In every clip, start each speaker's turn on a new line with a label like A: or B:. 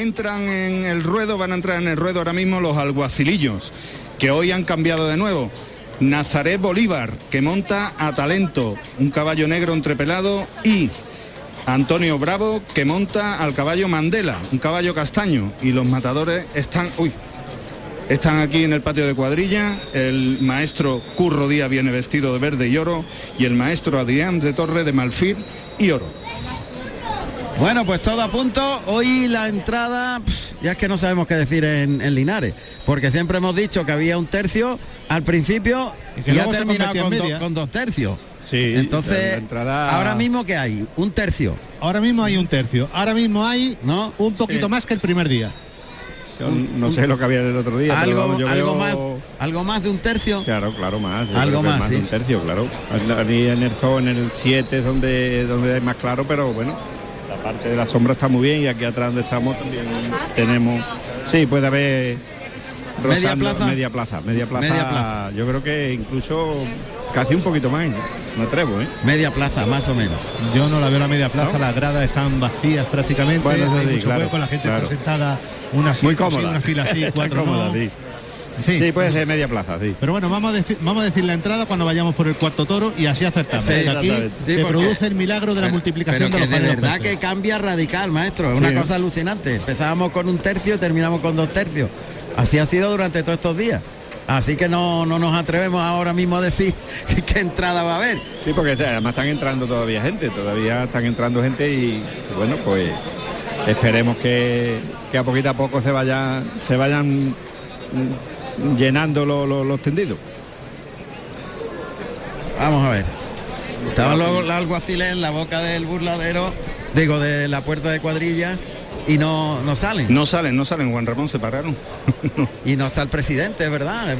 A: Entran en el ruedo, van a entrar en el ruedo ahora mismo los alguacilillos, que hoy han cambiado de nuevo. Nazaret Bolívar, que monta a talento, un caballo negro entrepelado, y Antonio Bravo, que monta al caballo Mandela, un caballo castaño. Y los matadores están, uy, están aquí en el patio de cuadrilla. El maestro Curro Díaz viene vestido de verde y oro, y el maestro Adrián de Torre de Malfil y oro.
B: Bueno, pues todo a punto. Hoy la entrada, pff, ya es que no sabemos qué decir en, en, Linares, porque siempre hemos dicho que había un tercio al principio y, que y ha terminado con, do, con, dos tercios.
C: Sí,
B: Entonces, entrada... ahora mismo que hay un tercio.
C: Ahora mismo hay un tercio. Ahora mismo hay
B: ¿No?
C: un poquito sí. más que el primer día.
D: Yo no sé lo que había el otro día.
B: Algo,
D: pero yo
B: algo
D: veo...
B: más, algo más de un tercio.
D: Claro, claro, más. Yo
B: algo más,
D: más
B: sí.
D: de un tercio, claro. Ahí en el zoo, en el 7 es donde, donde es más claro, pero bueno, la parte de la sombra está muy bien y aquí atrás donde estamos también tenemos. Sí, puede haber
B: media plaza.
D: media plaza. Media plaza. Media plaza. Yo creo que incluso casi un poquito más. No atrevo, ¿eh?
B: Media plaza, más o menos.
C: Yo no la veo la media plaza, ¿No? las gradas están vacías prácticamente.
D: Bueno,
C: hay
D: sí,
C: mucho
D: claro,
C: hueco, la gente
D: claro.
C: está sentada una,
D: Muy cómoda.
C: así, una fila así, cuatro
D: cómoda,
C: no.
D: sí.
C: En fin.
D: Sí, pues- puede ser media plaza, sí.
C: Pero bueno, vamos a, decir, vamos a decir la entrada cuando vayamos por el cuarto toro y así acertamos. Porque aquí
B: exactamente. Sí,
C: se
B: porque-
C: produce el milagro de la
B: Pero-
C: multiplicación
B: pero que
C: de los varios
B: verdad
C: peces.
B: que cambia radical, maestro. Es una
D: Sí.
B: cosa alucinante. Empezábamos con un tercio, terminamos con dos tercios. Así ha sido durante todos estos días. Así que no, no nos atrevemos ahora mismo a decir qué entrada va a haber.
D: Sí, porque además están entrando todavía gente, todavía están entrando gente y bueno, pues esperemos que, que a poquito a poco se vaya, se vayan mm, llenando lo- lo- los tendidos.
B: Vamos a ver. Estaban los, los alguaciles en la boca del burladero, digo, de la puerta de cuadrillas y no, no salen.
A: No salen, no salen, Juan Ramón, se pararon.
B: Y no está el presidente, ¿verdad?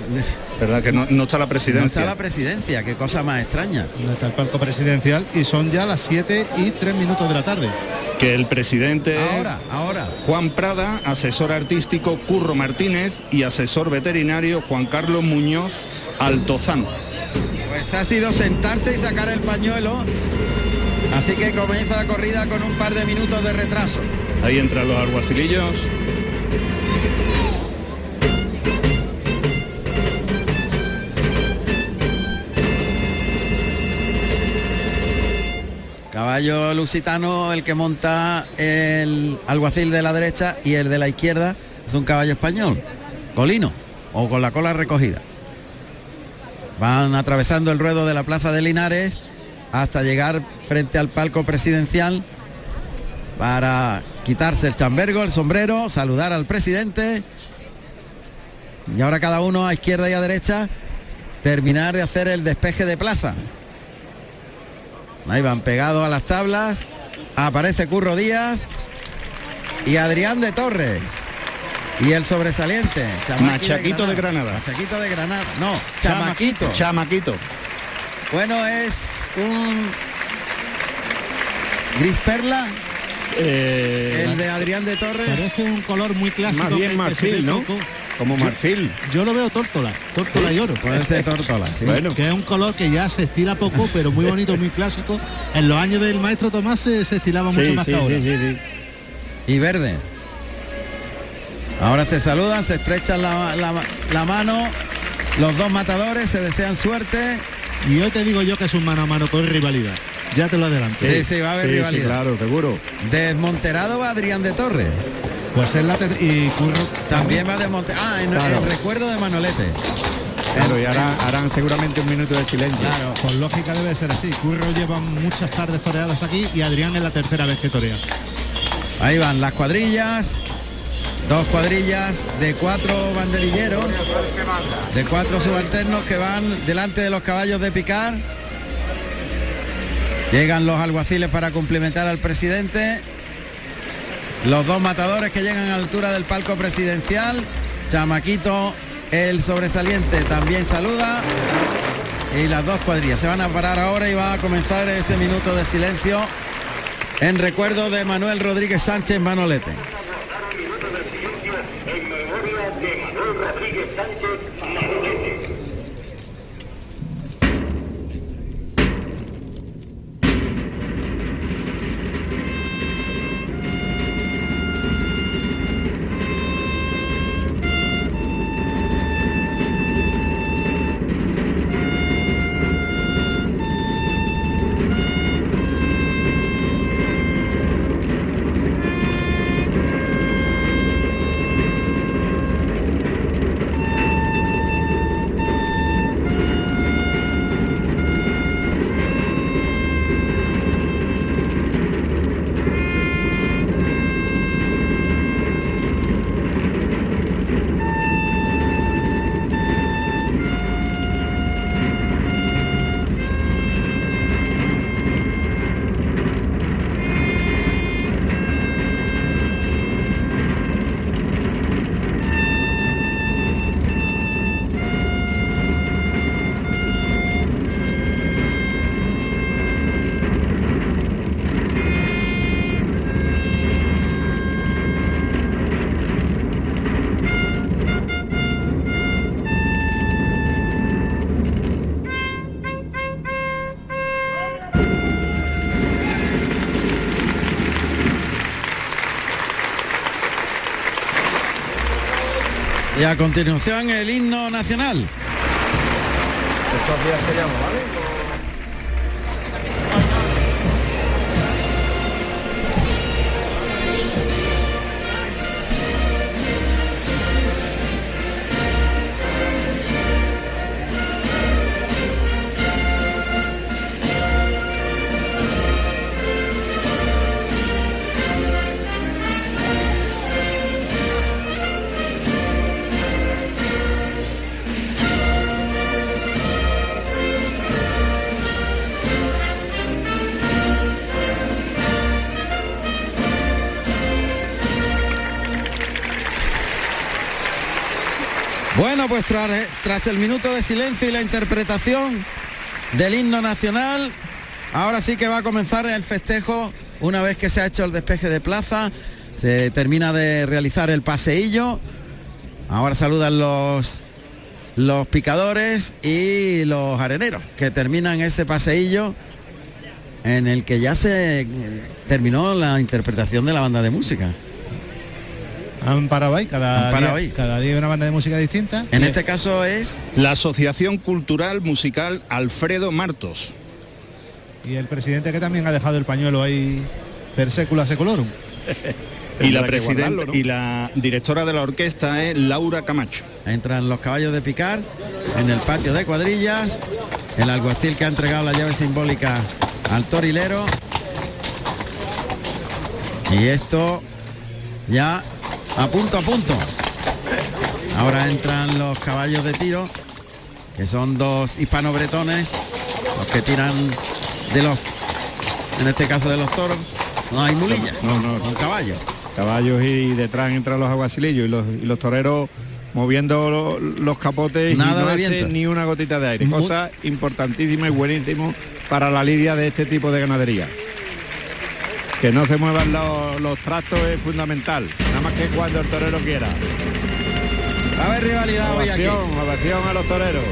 A: ¿Verdad que no, no está la
B: No
A: presidencia?
B: está la presidencia, qué cosa más extraña.
C: Donde está el palco presidencial y son ya las 7 y 3 minutos de la tarde.
A: Que el presidente es
B: Ahora, ahora.
A: Juan Prada, asesor artístico Curro Martínez y asesor veterinario Juan Carlos Muñoz Altozano.
B: Pues ha sido sentarse y sacar el pañuelo. Así que comienza la corrida con un par de minutos de retraso.
A: Ahí entran los alguacilillos.
B: Caballo lusitano, el que monta el alguacil de la derecha y el de la izquierda es un caballo español, colino o con la cola recogida. Van atravesando el ruedo de la plaza de Linares hasta llegar frente al palco presidencial para quitarse el chambergo, el sombrero, saludar al presidente. Y ahora cada uno a izquierda y a derecha terminar de hacer el despeje de plaza. Ahí van pegados a las tablas. Aparece Curro Díaz y Adrián de Torres. Y el sobresaliente. Chamaqui
A: Machaquito de Granada.
B: Machaquito de Granada. No, Chamaquito.
A: Chamaquito.
B: Bueno, es un gris perla,
D: Eh,
B: el de Adrián de Torres.
C: Parece un color muy clásico.
D: más
C: que-
D: bien
C: que se ve
D: marfil, ¿no?
C: poco.
D: Como marfil.
C: Yo lo veo tórtola, tórtola y oro.
B: Puede ser tórtola. sí.
D: Bueno.
C: Que es un color que ya se estila poco, pero muy bonito, muy clásico. En los años del maestro Tomás se, se estilaba mucho
D: Sí,
C: más
D: sí,
C: que ahora.
D: sí, sí, sí.
B: Y verde. Ahora se saludan, se estrechan la, la- la mano. Los dos matadores se desean suerte.
C: Y hoy te digo yo que es un mano a mano con rivalidad. Ya te lo adelanto.
B: Sí, sí, va a haber
D: Sí, sí,
B: rivalidad.
D: claro, seguro.
B: Desmonterado va Adrián de Torres.
C: Pues es la ter- y Curro
B: También va desmonterado. Ah, en,
D: Claro.
B: en recuerdo de Manolete.
D: Claro, y ahora harán seguramente un minuto de silencio.
C: Claro, por lógica debe ser así. Curro lleva muchas tardes toreadas aquí y Adrián es la tercera vez que torea.
B: Ahí van las cuadrillas. Dos cuadrillas de cuatro banderilleros, de cuatro subalternos que van delante de los caballos de picar. Llegan los alguaciles para cumplimentar al presidente. Los dos matadores que llegan a altura del palco presidencial. Chamaquito, el sobresaliente, también saluda. Y las dos cuadrillas se van a parar ahora y va a comenzar ese minuto de silencio en recuerdo de Manuel Rodríguez Sánchez Manolete. Y a continuación el himno nacional.
D: Estos días te llamo, ¿vale?
B: Bueno, pues tra- tras el minuto de silencio y la interpretación del himno nacional, ahora sí que va a comenzar el festejo una vez que se ha hecho el despeje de plaza, se termina de realizar el paseillo, ahora saludan los, los picadores y los areneros que terminan ese paseillo en el que ya se eh, terminó la interpretación de la banda de música.
C: Han parado ahí, cada,
B: Han parado
C: día,
B: ahí.
C: cada día una banda de música distinta.
B: En
C: Y-
B: este caso es
A: La Asociación Cultural Musical Alfredo Martos.
C: Y el presidente que también ha dejado el pañuelo ahí per secula secolorum.
A: Y
D: Tendrá
A: la,
D: que
A: presidenta-
D: guardarlo, ¿no?
A: y la directora de la orquesta es Laura Camacho.
B: Entran los caballos de picar en el patio de cuadrillas. El alguacil que ha entregado la llave simbólica al torilero. Y esto ya a punto a punto. Ahora entran los caballos de tiro, que son dos hispano-bretones, los que tiran de los, en este caso de los toros. No hay mulillas,
D: No, no.
B: son caballos.
D: Caballos y detrás entran los aguacilillos y los, y los toreros moviendo lo- los capotes
B: Nada
D: y no
B: de
D: hace
B: viento.
D: ni una gotita de aire.
B: Mu-
D: Cosa importantísima y buenísimo para la lidia de este tipo de ganadería. Que no se muevan los, los trastos es fundamental. Nada más que cuando el torero quiera.
B: Va a haber rivalidad hoy aquí.
D: Ovación, ovación a los toreros.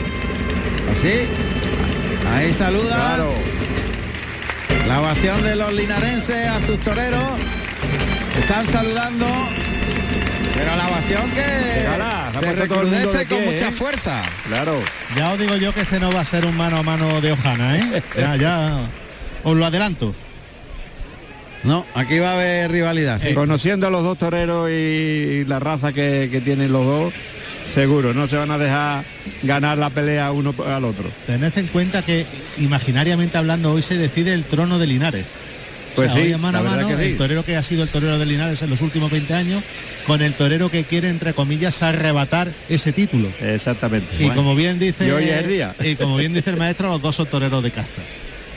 B: Así. Ahí saluda.
D: Claro.
B: La ovación de los linarenses a sus toreros. Están saludando. Pero la ovación que
D: gala, se ha
B: se
D: puesto todo el mundo
B: recrudece
D: de
B: con
D: pie,
B: mucha
D: ¿eh?
B: fuerza.
D: Claro.
C: Ya os digo yo que este no va a ser un mano a mano de Ojana, ¿eh? Ya, ya. Os lo adelanto.
B: No, aquí va a haber rivalidad. sí.
D: Eh, Conociendo a los dos toreros y la raza que, que tienen los dos, seguro, no se van a dejar ganar la pelea uno al otro.
C: Tened en cuenta que imaginariamente hablando hoy se decide el trono de Linares.
D: Pues sí,
C: hoy es mano
D: la
C: a
D: verdad
C: mano,
D: que sí.
C: el torero que ha sido el torero de Linares en los últimos 20 años, con el torero que quiere, entre comillas, arrebatar ese título.
D: Exactamente.
C: Y como bien dice.
D: Y hoy es el día.
C: y como bien dice el maestro, los dos son toreros de casta.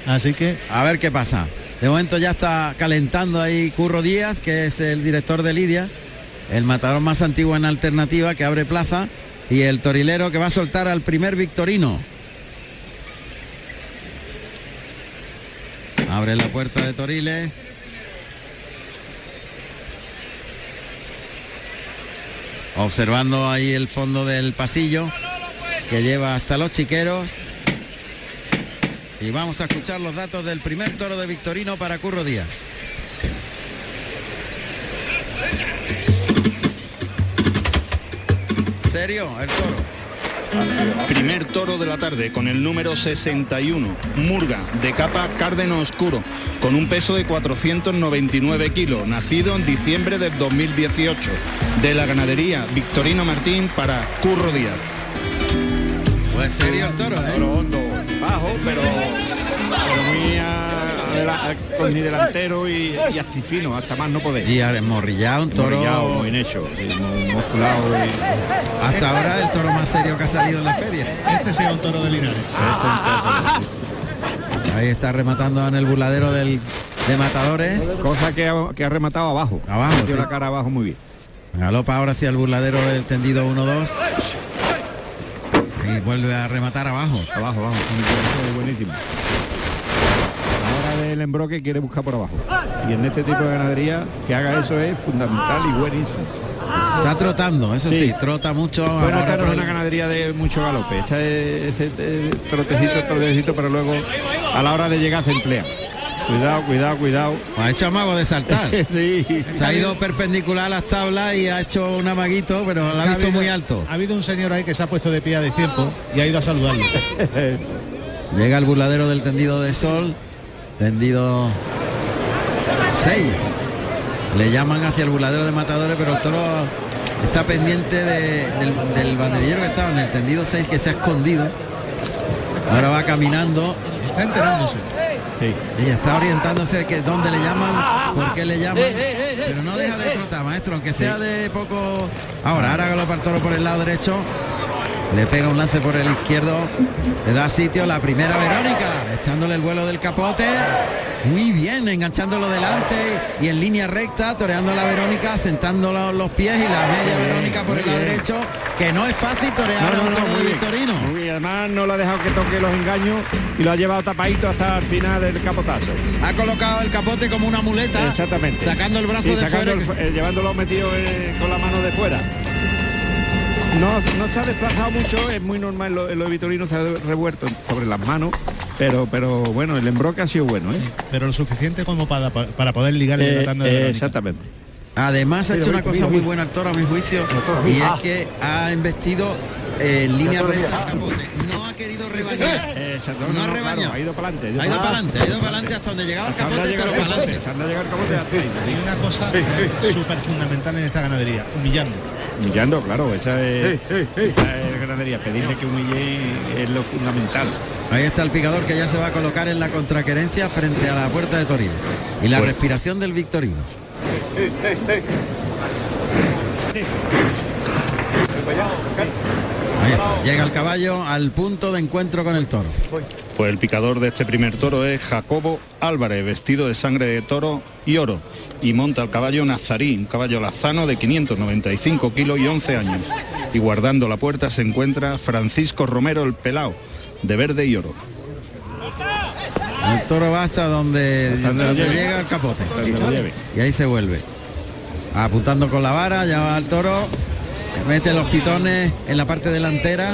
C: Así que
B: A ver qué pasa. De momento ya está calentando ahí Curro Díaz, que es el director de Lidia, el matador más antiguo en alternativa que abre plaza y el torilero que va a soltar al primer victorino. Abre la puerta de Toriles. Observando ahí el fondo del pasillo que lleva hasta los chiqueros. Y vamos a escuchar los datos del primer toro de Victorino para Curro Díaz. Serio, el toro.
A: Primer toro de la tarde con el número 61, Murga, de capa cárdeno oscuro, con un peso de 499 kilos, nacido en diciembre del 2018, de la ganadería Victorino Martín para Curro Díaz.
B: Pues serio el toro, ¿eh?
D: Toro hondo, bajo, pero, pero muy a- adela- con mi delantero y, y astifino, hasta más no poder.
B: Y ahora es morrillado, un
D: Morrillado,
B: toro.
D: bien hecho, y mu- musculado. y-
B: Hasta ahora el toro más serio que ha salido en la feria.
C: este sea un toro de Linares.
B: Ahí está rematando en el burladero del, de matadores.
D: Cosa que ha, que ha rematado abajo.
B: Abajo,
D: Metió
B: sí.
D: la cara abajo muy bien.
B: Galopa ahora hacia el burladero del tendido 1-2. Y vuelve a rematar abajo.
D: Abajo, abajo. Eso es buenísimo. Ahora del embroque quiere buscar por abajo. Y en este tipo de ganadería, que haga eso es fundamental y buenísimo.
B: Está trotando, eso sí,
D: Sí.
B: trota mucho.
D: Bueno,
B: ahora
D: esta no
B: por
D: es
B: el-
D: una ganadería de mucho galope. este, Esta es, es- es trotecito, trotecito, pero luego a la hora de llegar se emplea. Cuidado, cuidado, cuidado.
B: Pues Ha hecho amago de saltar.
D: sí.
B: Se ha ido perpendicular a las tablas y ha hecho un amaguito, pero la ha visto
C: habido-
B: muy alto.
C: Ha habido un señor ahí que se ha puesto de pie a destiempo y ha ido a saludarlo.
B: Llega el burladero del tendido de sol, tendido 6. Le llaman hacia el burladero de matadores, pero el toro está pendiente de- del, del banderillero que estaba en el tendido 6, que se ha escondido. Ahora va caminando
C: Está enterándose.
D: sí.
B: y está orientándose que dónde le llaman, por qué le llaman. Pero no deja de trotar, maestro, aunque sea de poco. Ahora, ahora galopa el toro por el lado derecho. Le pega un lance por el izquierdo. Le da sitio la primera Verónica. Echándole el vuelo del capote. Muy bien, enganchándolo delante y en línea recta, toreando a la Verónica, sentando la- los pies y la media Verónica por
D: muy
B: el lado
D: bien.
B: derecho, que no es fácil torear a un toro de
D: muy bien.
B: Victorino.
D: Muy bien, Además no lo ha dejado que toque los engaños y lo ha llevado tapadito hasta el final del capotazo.
B: Ha colocado el capote como una muleta,
D: Exactamente.
B: sacando el brazo
D: Sí,
B: de
D: sacando
B: fuera.
D: el fu- eh, llevándolo metido eh, con la mano de fuera. No, no se ha desplazado mucho, es muy normal, lo, lo de Vitorino se ha revuelto sobre las manos, pero pero bueno, el embroque ha sido bueno, ¿eh?
C: Pero lo suficiente como para, para poder ligarle la
D: Eh,
C: tanda de
D: eh,
C: Verónica.
D: exactamente.
B: Además ha
E: Mira,
B: hecho una
E: mira,
B: cosa
E: mira,
B: muy
E: mira.
B: buena el toro a mi juicio
E: toro,
B: y
E: mira.
B: es que ha investido eh, en línea
E: toro,
B: recta
E: mira.
B: al capote. No ha querido rebañar.
D: Eh, exacto,
B: No ha
D: claro,
B: rebañado.
D: ha ido para adelante.
B: Ha
E: Ah.
B: ido para adelante, ha ido para adelante hasta donde llegaba el
D: Hasta
B: capote,
D: donde ha
B: pero
D: llegado
B: para adelante.
D: hasta donde ha llegado el capote, hasta ahí,
C: Hay una cosa súper fundamental en esta ganadería, humillando.
D: sí. Humillando, claro, esa es, esa es ganadería. Pedirle que humille es lo fundamental.
B: Ahí está el picador que ya se va a colocar en la contraquerencia frente a la puerta de Torino. Y
E: Pues.
B: la respiración del Victorino. Ahí está, Llega el caballo al punto de encuentro con el toro.
A: Pues el picador de este primer toro es Jacobo Álvarez, vestido de sangre de toro y oro. Y monta al caballo Nazarí, un caballo lazano de 595 kilos y 11 años. Y guardando la puerta se encuentra Francisco Romero el Pelao, de verde y oro.
B: El toro va hasta donde,
D: donde
B: donde
D: llegue.
B: llega el capote.
D: donde lo lleve.
B: Y ahí se vuelve. Apuntando con la vara, ya va el toro. Mete los pitones en la parte delantera.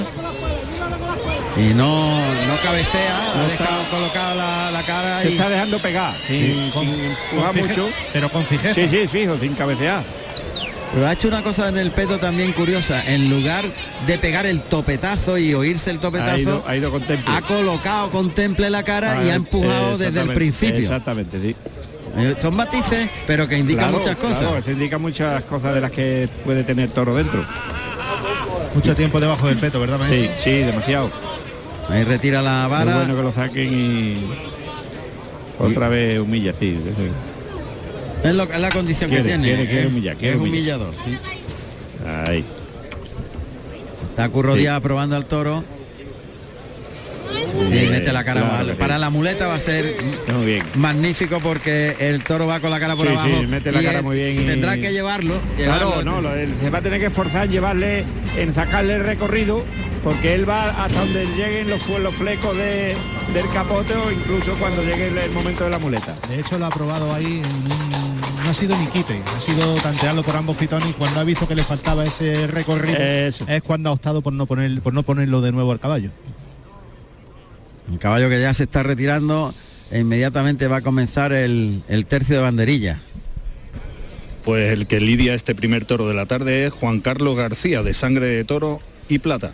B: Y no, no cabecea. ha dejado colocada la, la cara.
D: Se
B: y-
D: está dejando pegar, sin,
C: Con-
D: sin empujar
C: con fije-
D: mucho.
C: Pero con fijeza.
D: Sí, sí, fijo, sin cabecear.
B: Pero ha hecho una cosa en el peto también curiosa. En lugar de pegar el topetazo y oírse el
D: Ha ido,
B: topetazo,
D: ha ido con temple.
B: ha colocado con temple la cara y ha
D: Ah,
B: empujado desde el
D: exactamente,
B: principio.
D: Exactamente, sí.
B: Eh, Son matices, pero que indican
D: Claro,
B: muchas cosas.
D: claro, se indica muchas cosas de las que puede tener toro dentro.
C: Mucho tiempo debajo del peto, ¿verdad, maestro?
D: Sí, sí, demasiado.
B: Ahí retira la
D: Es
B: vara.
D: bueno que lo saquen y otra vez humilla, sí. sí, sí.
B: Es, lo- es la condición que
D: Quiere,
B: tiene.
D: quiere, quiere
B: ¿eh?
D: humillar, quiere
B: es
D: humillar.
B: humillador. sí.
D: Ahí.
B: Está Curro
D: Sí.
B: Díaz aprobando al toro. Y mete la cara
D: claro
B: abajo.
D: que sí.
B: Para la muleta va a ser
D: Muy bien.
B: magnífico porque el toro va con la cara por
D: Sí, sí,
B: abajo.
D: mete la
B: y
D: cara
B: él
D: muy bien y-
B: Tendrá que llevarlo.
D: Claro,
B: llevarlo-
D: no, lo- él se va a tener que esforzar en llevarle, en sacarle el recorrido, porque él va hasta donde lleguen los, fue- los flecos de- del capote o incluso cuando llegue el, el momento de la muleta.
C: De hecho, lo ha probado ahí. en un- no ha sido ni quite, ha sido tantearlo por ambos pitones y cuando ha visto que le faltaba ese recorrido
D: Eso.
C: es cuando ha optado por no poner por no ponerlo de nuevo al caballo.
B: El caballo que ya se está retirando. e Inmediatamente va a comenzar el, el tercio de banderilla.
A: Pues el que lidia este primer toro de la tarde es Juan Carlos García, de sangre de toro y plata.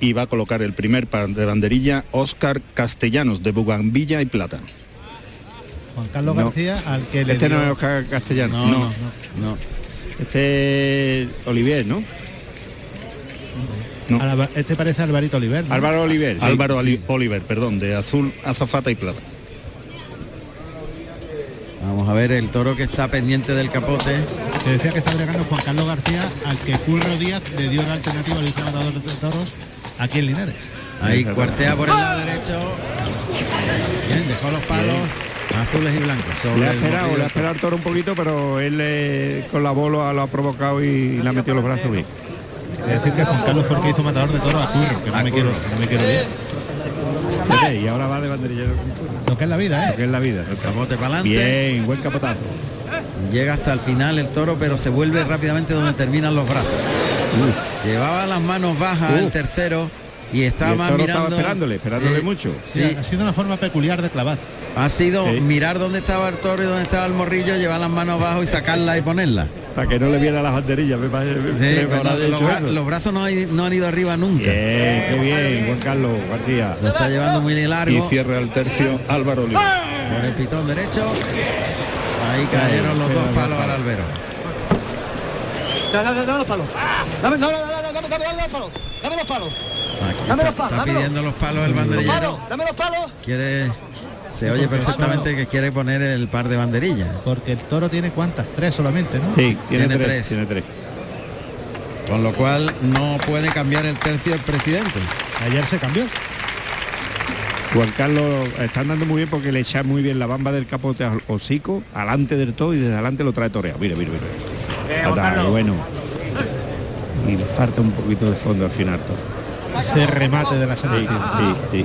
A: Y va a colocar el primer par de banderilla Óscar Castellanos, de Bugambilla y plata.
C: Juan Carlos
D: No.
C: García, al que le
D: Este
C: dio-
D: no es Oscar Castellano.
B: No, no, no.
D: Este es Olivier, ¿no?
B: Mm.
A: no.
C: Alba- este parece Alvarito Oliver. ¿no?
D: Álvaro Olivier. sí.
A: Álvaro Ali- Oliver, perdón, de azul, azafata y plata.
B: Vamos a ver el toro que está pendiente del capote.
C: Te decía que está agregando Juan Carlos García, al que Curro Díaz le dio la alternativa al hijo matador de toros aquí en Linares.
B: Ahí
D: Exacto.
B: cuartea por el
D: ¡Ah!
B: lado derecho. Bien, dejó los palos azules y blancos. sobre
D: Le ha
B: el
D: esperado,
B: boquillo.
D: le ha esperado el toro un poquito, pero él eh, con la bola lo ha provocado y le ha metido los brazos bien.
C: Es decir, que Juan Carlos fue el que hizo matador de toros a Curro, que no,
B: A
C: me,
B: Curro.
C: Quiero, no me quiero bien.
D: Fíjate, Y ahora va de banderillero,
C: Lo que es la vida, ¿eh?
D: que es la vida.
B: Capote para adelante.
D: Bien, buen capotazo.
B: Llega hasta el final el toro, pero se vuelve rápidamente donde terminan los brazos. Llevaba las manos bajas el tercero y estaba
D: Y el
B: más
D: toro
B: mirando
D: estaba esperándole, esperándole
B: eh,
D: mucho.
C: Sí,
B: sí.
C: Ha sido una forma peculiar de clavar.
B: ha sido
D: Sí.
B: mirar dónde estaba el toro y dónde estaba el morrillo llevar las manos abajo y sacarla y ponerla
D: Para que no le viera las banderillas, me parece.
B: Sí,
D: creo que
B: pero
D: habrá
B: no, los,
D: hecho
B: bra-
D: eso.
B: los brazos no, hay- no han ido arriba nunca
D: Bien, qué bien, Juan Carlos García.
B: lo está llevando muy
A: Y
B: largo
A: cierra el tercio Álvaro Oliva.
B: por el pitón derecho ahí cayeron los dos palos al albero
E: Dame, dame, dame los palos. Dame, no, no, no, no, dame, dame, dame los palos. Dame los palos.
B: Aquí
E: Dame
B: está,
E: los palos,
B: está
E: dámelo.
B: pidiendo los palos el
E: Los
B: banderillero
E: palos. Dame los palos.
B: quiere se oye perfectamente que quiere poner el par de banderillas
C: Porque el toro tiene cuántas, tres solamente, ¿no?
D: Sí,
B: Tiene
D: tiene, tres,
B: tres.
D: Tiene tres.
B: con lo cual no puede cambiar el tercio el presidente
C: Ayer se cambió.
D: Juan Carlos está andando muy bien porque le echa muy bien la bamba del capote al hocico, alante del todo y desde adelante lo trae toreado. Mira, mira, mira. Anda, bueno. Y le falta un poquito de fondo al final. todo.
C: Ese remate de la
D: Sí,
C: sentencia.
D: sí, sí.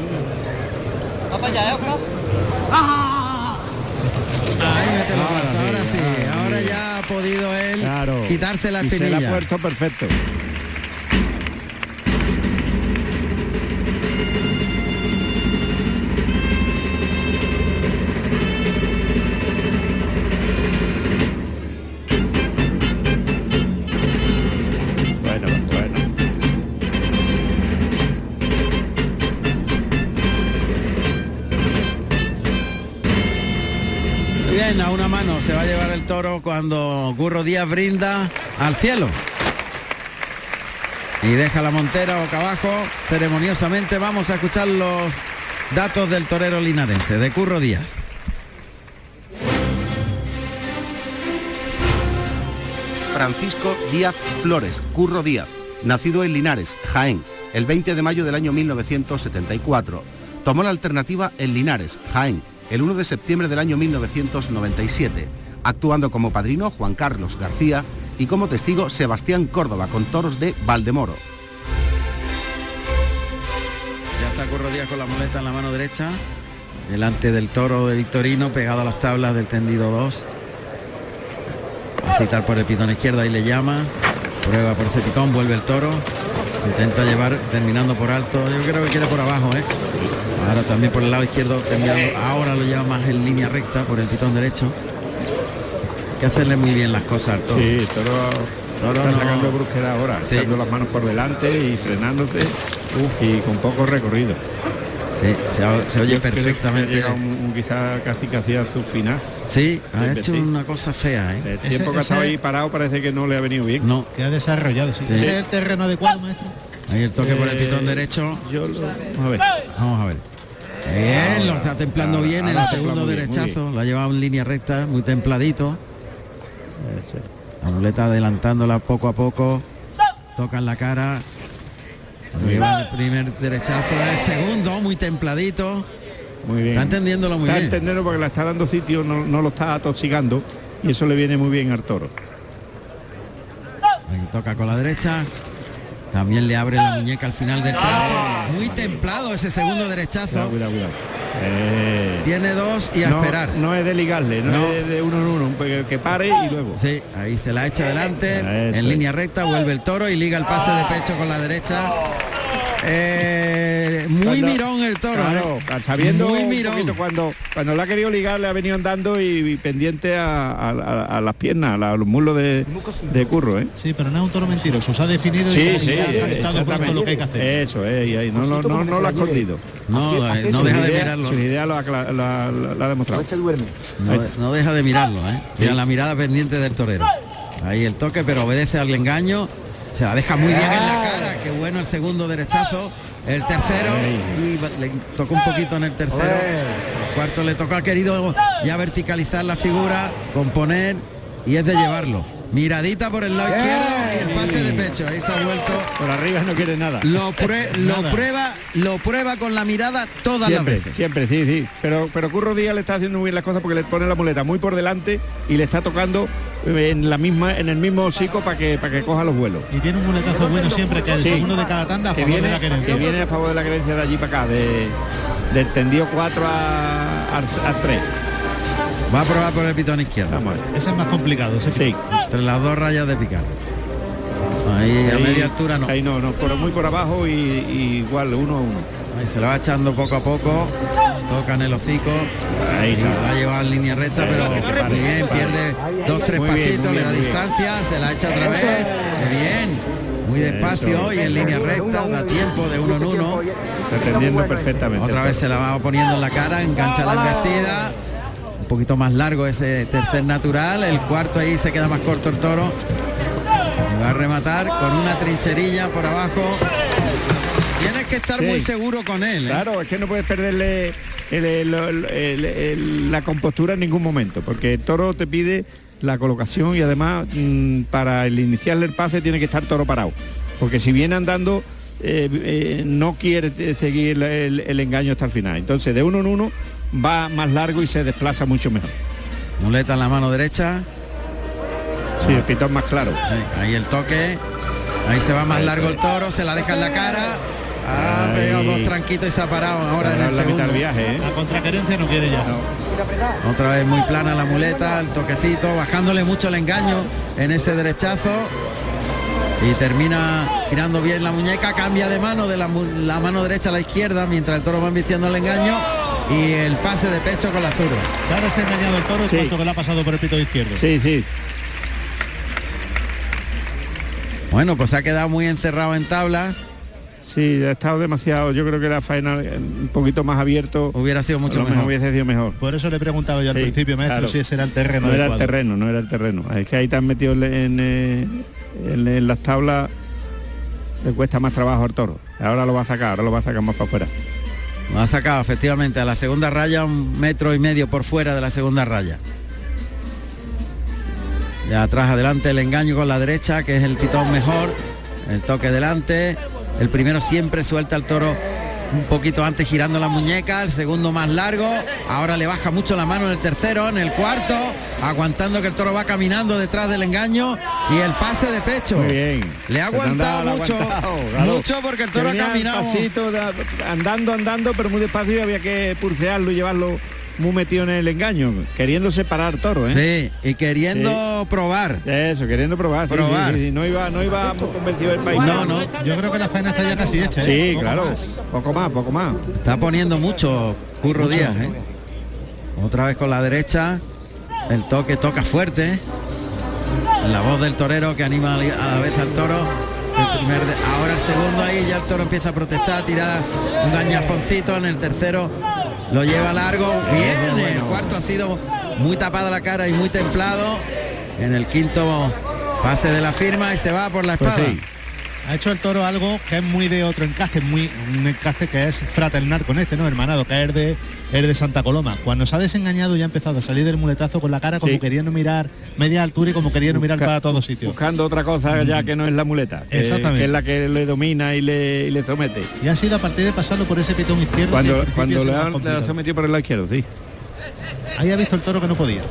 E: Va para allá, ¿eh, Oscar?
B: Ahí mete los
D: Ahora
B: brazos,
D: sí,
B: ahora sí,
D: ahora
B: ahora
D: sí.
B: ya ha podido él
D: Claro.
B: quitarse la
D: Y se la ha
B: espinilla.
D: puesto perfecto. Bueno, bueno.
B: Muy Bien, a una mano se va a llevar el toro cuando Gurro Díaz brinda al cielo. Y deja la montera boca abajo. Ceremoniosamente vamos a escuchar los datos del torero linarense, de Curro Díaz.
F: Francisco Díaz Flores, Curro Díaz, nacido en Linares, Jaén, el 20 de mayo del año 1974. Tomó la alternativa en Linares, Jaén, el 1 de septiembre del año 1997, actuando como padrino Juan Carlos García y como testigo Sebastián Córdoba con toros de Valdemoro.
B: Ya está Curro Díaz con la muleta en la mano derecha. Delante del toro de Victorino, pegado a las tablas del tendido 2. Citar por el pitón izquierdo, ahí le llama. Prueba por ese pitón, vuelve el toro. Intenta llevar, terminando por alto. Yo creo que quiere por abajo, ¿eh? Ahora también por el lado izquierdo, terminando. Ahora lo lleva más en línea recta por el pitón derecho. Hay que hacerle muy bien las cosas al toro.
D: Sí, toro,
B: Toro
D: está
B: no.
D: sacando brusquera ahora,
B: Sí.
D: echando las manos por delante y frenándote y con poco recorrido.
B: Sí, se, o- se oye
D: Yo creo que
B: perfectamente.
D: Llega un, un quizá casi casi a su final.
B: Sí, ha
D: Sí,
B: hecho
D: sí.
B: una cosa fea, ¿eh?
D: El
C: Ese-
D: tiempo que ha estado
C: ese-
D: ahí parado parece que no le ha venido bien.
B: No,
C: Que ha desarrollado. sí.
B: Sí.
C: ¿Ese es el terreno adecuado, maestro?
B: Ahí el toque por el
D: Eh,
B: pitón derecho.
D: Yo lo, a ver.
B: Vamos a ver. Bien, lo está templando
D: ahora,
B: bien en
D: ahora
B: el
D: templa
B: segundo
D: muy bien, muy
B: derechazo. Lo ha llevado en línea recta, muy templadito.
D: Ese.
B: La muleta adelantándola poco a poco. Toca en la cara. Lo lleva en el primer derechazo, en el segundo, muy templadito.
D: Muy bien.
B: Está entendiéndolo muy
D: Está
B: bien.
D: entendiendo porque la está dando sitio, no, no lo está atoxicando y eso le viene muy bien al toro.
B: Ahí toca con la derecha. También le abre la muñeca al final del trazo. Muy templado ese segundo
D: Cuidado,
B: derechazo.
D: cuidado, cuidado. Eh,
B: Tiene dos y a
D: no,
B: esperar.
D: no es de ligarle, no,
B: No.
D: es de uno en uno, un pe- que pare y luego.
B: Sí, ahí se la echa adelante,
D: Eso es.
B: en línea recta, vuelve el toro y liga el pase de pecho con la derecha. Eh, muy
D: Cuando-
B: mirón el toro,
D: Claro,
B: ¿eh?
D: sabiendo
B: muy
D: un
B: mirón.
D: poquito cuando cuando la ha querido ligar le ha venido andando y, y pendiente a, a- a- a las piernas, a la- a los muslos de, de curro, ¿eh?
C: Sí, pero no es un toro mentiroso. Se ha definido y, ya- y ya ha estado pronto lo que hay que hacer.
D: Eso es, y ahí no, no, no, no lo ha escondido.
B: No, eh, no
D: Sin
B: deja de
D: idea-
B: mirarlo.
D: Sin idea lo ha, cla- la- la- la ha demostrado.
B: No, de- no deja de mirarlo, ¿eh? Mira la mirada pendiente del torero. Ahí el toque, pero obedece al engaño. Se la deja muy bien en la cara. Qué bueno el segundo derechazo. El tercero. Y va- le tocó un poquito en el tercero. El cuarto le tocó. Ha querido ya verticalizar la figura, componer y es de llevarlo. Miradita por el lado izquierdo y el pase de pecho. Ahí se ha vuelto.
D: Por arriba no quiere nada.
B: Lo, prue- lo
C: Nada.
B: prueba, lo prueba con la mirada todas las
D: Siempre,
B: veces.
D: siempre, sí, sí. Pero, pero Curro Díaz le está haciendo muy bien las cosas porque le pone la muleta muy por delante y le está tocando eh, en la misma, en el mismo hocico para que para que coja los vuelos.
C: Y tiene un muletazo bueno siempre, que el
D: Sí.
C: segundo de cada tanda a
D: que
C: favor
D: viene,
C: de la
D: que
C: querencia.
D: viene a favor de la creencia de allí para acá, de, del tendido 4 a, a, 3.
B: Va a probar por el pitón izquierdo.
D: Vamos a ver.
C: Ese es más complicado. ese-
D: Sí.
B: entre las dos rayas de picar. Ahí a
D: Ahí,
B: media altura no.
D: Ahí no, no, por, muy por abajo y, y igual, uno a uno.
B: Ahí se lo va echando poco a poco. Toca en el hocico.
D: Ahí
B: y
D: está.
B: la lleva en línea recta,
D: Eso,
B: pero
D: que te pare.
B: muy bien, pierde dos, tres
D: Muy bien,
B: pasitos,
D: muy
B: le
D: bien,
B: da
D: muy bien.
B: distancia, se la echa otra vez. Qué bien. Muy despacio y en línea recta, da tiempo de uno en uno.
D: Atendiendo perfectamente.
B: Otra vez se la va poniendo en la cara, engancha la embestida. Un poquito más largo ese tercer natural. El cuarto ahí se queda más corto el toro. Y va a rematar con una trincherilla por abajo. Tienes que estar
D: Sí.
B: muy seguro con él. ¿eh?
D: Claro, es que no puedes perderle el- el- el- el- el- la compostura en ningún momento, porque el toro te pide la colocación y además mm, para el iniciarle el pase tiene que estar toro parado, porque si viene andando eh, eh, no quiere te- seguir el, el engaño hasta el final. Entonces de uno en uno va más largo y se desplaza mucho mejor.
B: Muleta en la mano derecha.
D: Sí, el pitón más claro.
B: Ahí, ahí el toque. Ahí se va más
D: Ahí
B: largo
D: está.
B: el toro, se la deja en la cara. Ah,
D: Ahí.
B: veo dos tranquitos y se ha parado ahora en
D: Ahora
B: el
D: es la mitad
B: segundo.
D: del viaje, ¿eh?
C: La contraquerencia no quiere ya.
B: Otra vez muy plana la muleta, el toquecito, bajándole mucho el engaño en ese derechazo. Y termina girando bien la muñeca, cambia de mano de la, mu- la mano derecha a la izquierda mientras el toro va invirtiendo el engaño y el pase de pecho con la zurda.
C: Se ha desengañado el toro en
D: Sí.
C: cuanto que le ha pasado por el pito izquierdo.
D: Sí, sí.
B: Bueno, pues se ha quedado muy encerrado en tablas.
D: Sí, ha estado demasiado. Yo creo que la faena eh, un poquito más abierto.
B: Hubiera sido
D: a
B: mucho
D: lo mejor
B: mejor.
D: hubiese sido mejor.
C: Por eso le he preguntado yo al
D: Sí,
C: principio, maestro,
D: claro.
C: si ese era el terreno
D: No era el
C: adecuado.
D: terreno, no era el terreno. Es que ahí te has metido en, eh, en- en las tablas, le cuesta más trabajo al toro. Ahora lo va a sacar, ahora lo va a sacar más para afuera.
B: Lo ha sacado efectivamente a la segunda raya, un metro y medio por fuera de la segunda raya. De atrás adelante el engaño con la derecha, que es el pitón mejor. El toque delante. El primero siempre suelta al toro un poquito antes girando la muñeca. El segundo más largo. Ahora le baja mucho la mano en el tercero, en el cuarto. Aguantando que el toro va caminando detrás del engaño. Y el pase de pecho.
D: Muy bien.
B: Le ha
D: Te han dado,
B: aguantado
D: le ha
B: mucho.
D: aguantado, claro.
B: Mucho porque el toro ha
D: Tenía el
B: caminado.
D: pasito, da- andando, andando, pero muy despacio y había que purcearlo y llevarlo muy metido en el engaño, queriendo separar toro, ¿eh?
B: Sí, y queriendo probar.
D: Eso, queriendo probar. sí,
B: Probar.
D: sí, sí, sí. No iba, no iba muy convencido el país.
B: No, no.
C: Yo creo que la faena está ya casi hecha. ¿eh?
D: Sí,
C: Poco
D: claro.
C: más.
D: Poco más, poco más.
B: Está poniendo mucho Curro
C: Mucho.
B: Díaz, ¿eh? Otra vez con la derecha. El toque toca fuerte. La voz del torero que anima a la vez al toro. El primer de- ahora el segundo ahí, ya el toro empieza a protestar, a tirar un gañafoncito. En el tercero lo lleva largo. Bien, el cuarto ha sido muy tapada la cara y muy templado. En el quinto pase de la firma y se va por la
D: Pues
B: espada.
D: sí.
C: Ha hecho el toro algo que es muy de otro encaste, muy un encaste que es fraternal con este, ¿no? Hermanado, que es de, es de Santa Coloma. Cuando se ha desengañado ya ha empezado a salir del muletazo con la cara como
D: Sí.
C: queriendo mirar media altura y como queriendo mirar
D: Busca-
C: para todos sitios.
D: Buscando otra cosa ya que no es la muleta. que-
C: Exactamente.
D: Que es la que le domina y le, y le somete.
C: Y ha sido a partir de pasarlo por ese pitón izquierdo. que
D: Cuando,
C: al principio
D: cuando
C: es el
D: le
C: más
D: han, le han
C: complicado.
D: sometido por el lado izquierdo, sí.
C: Ahí ha visto el toro que no podía.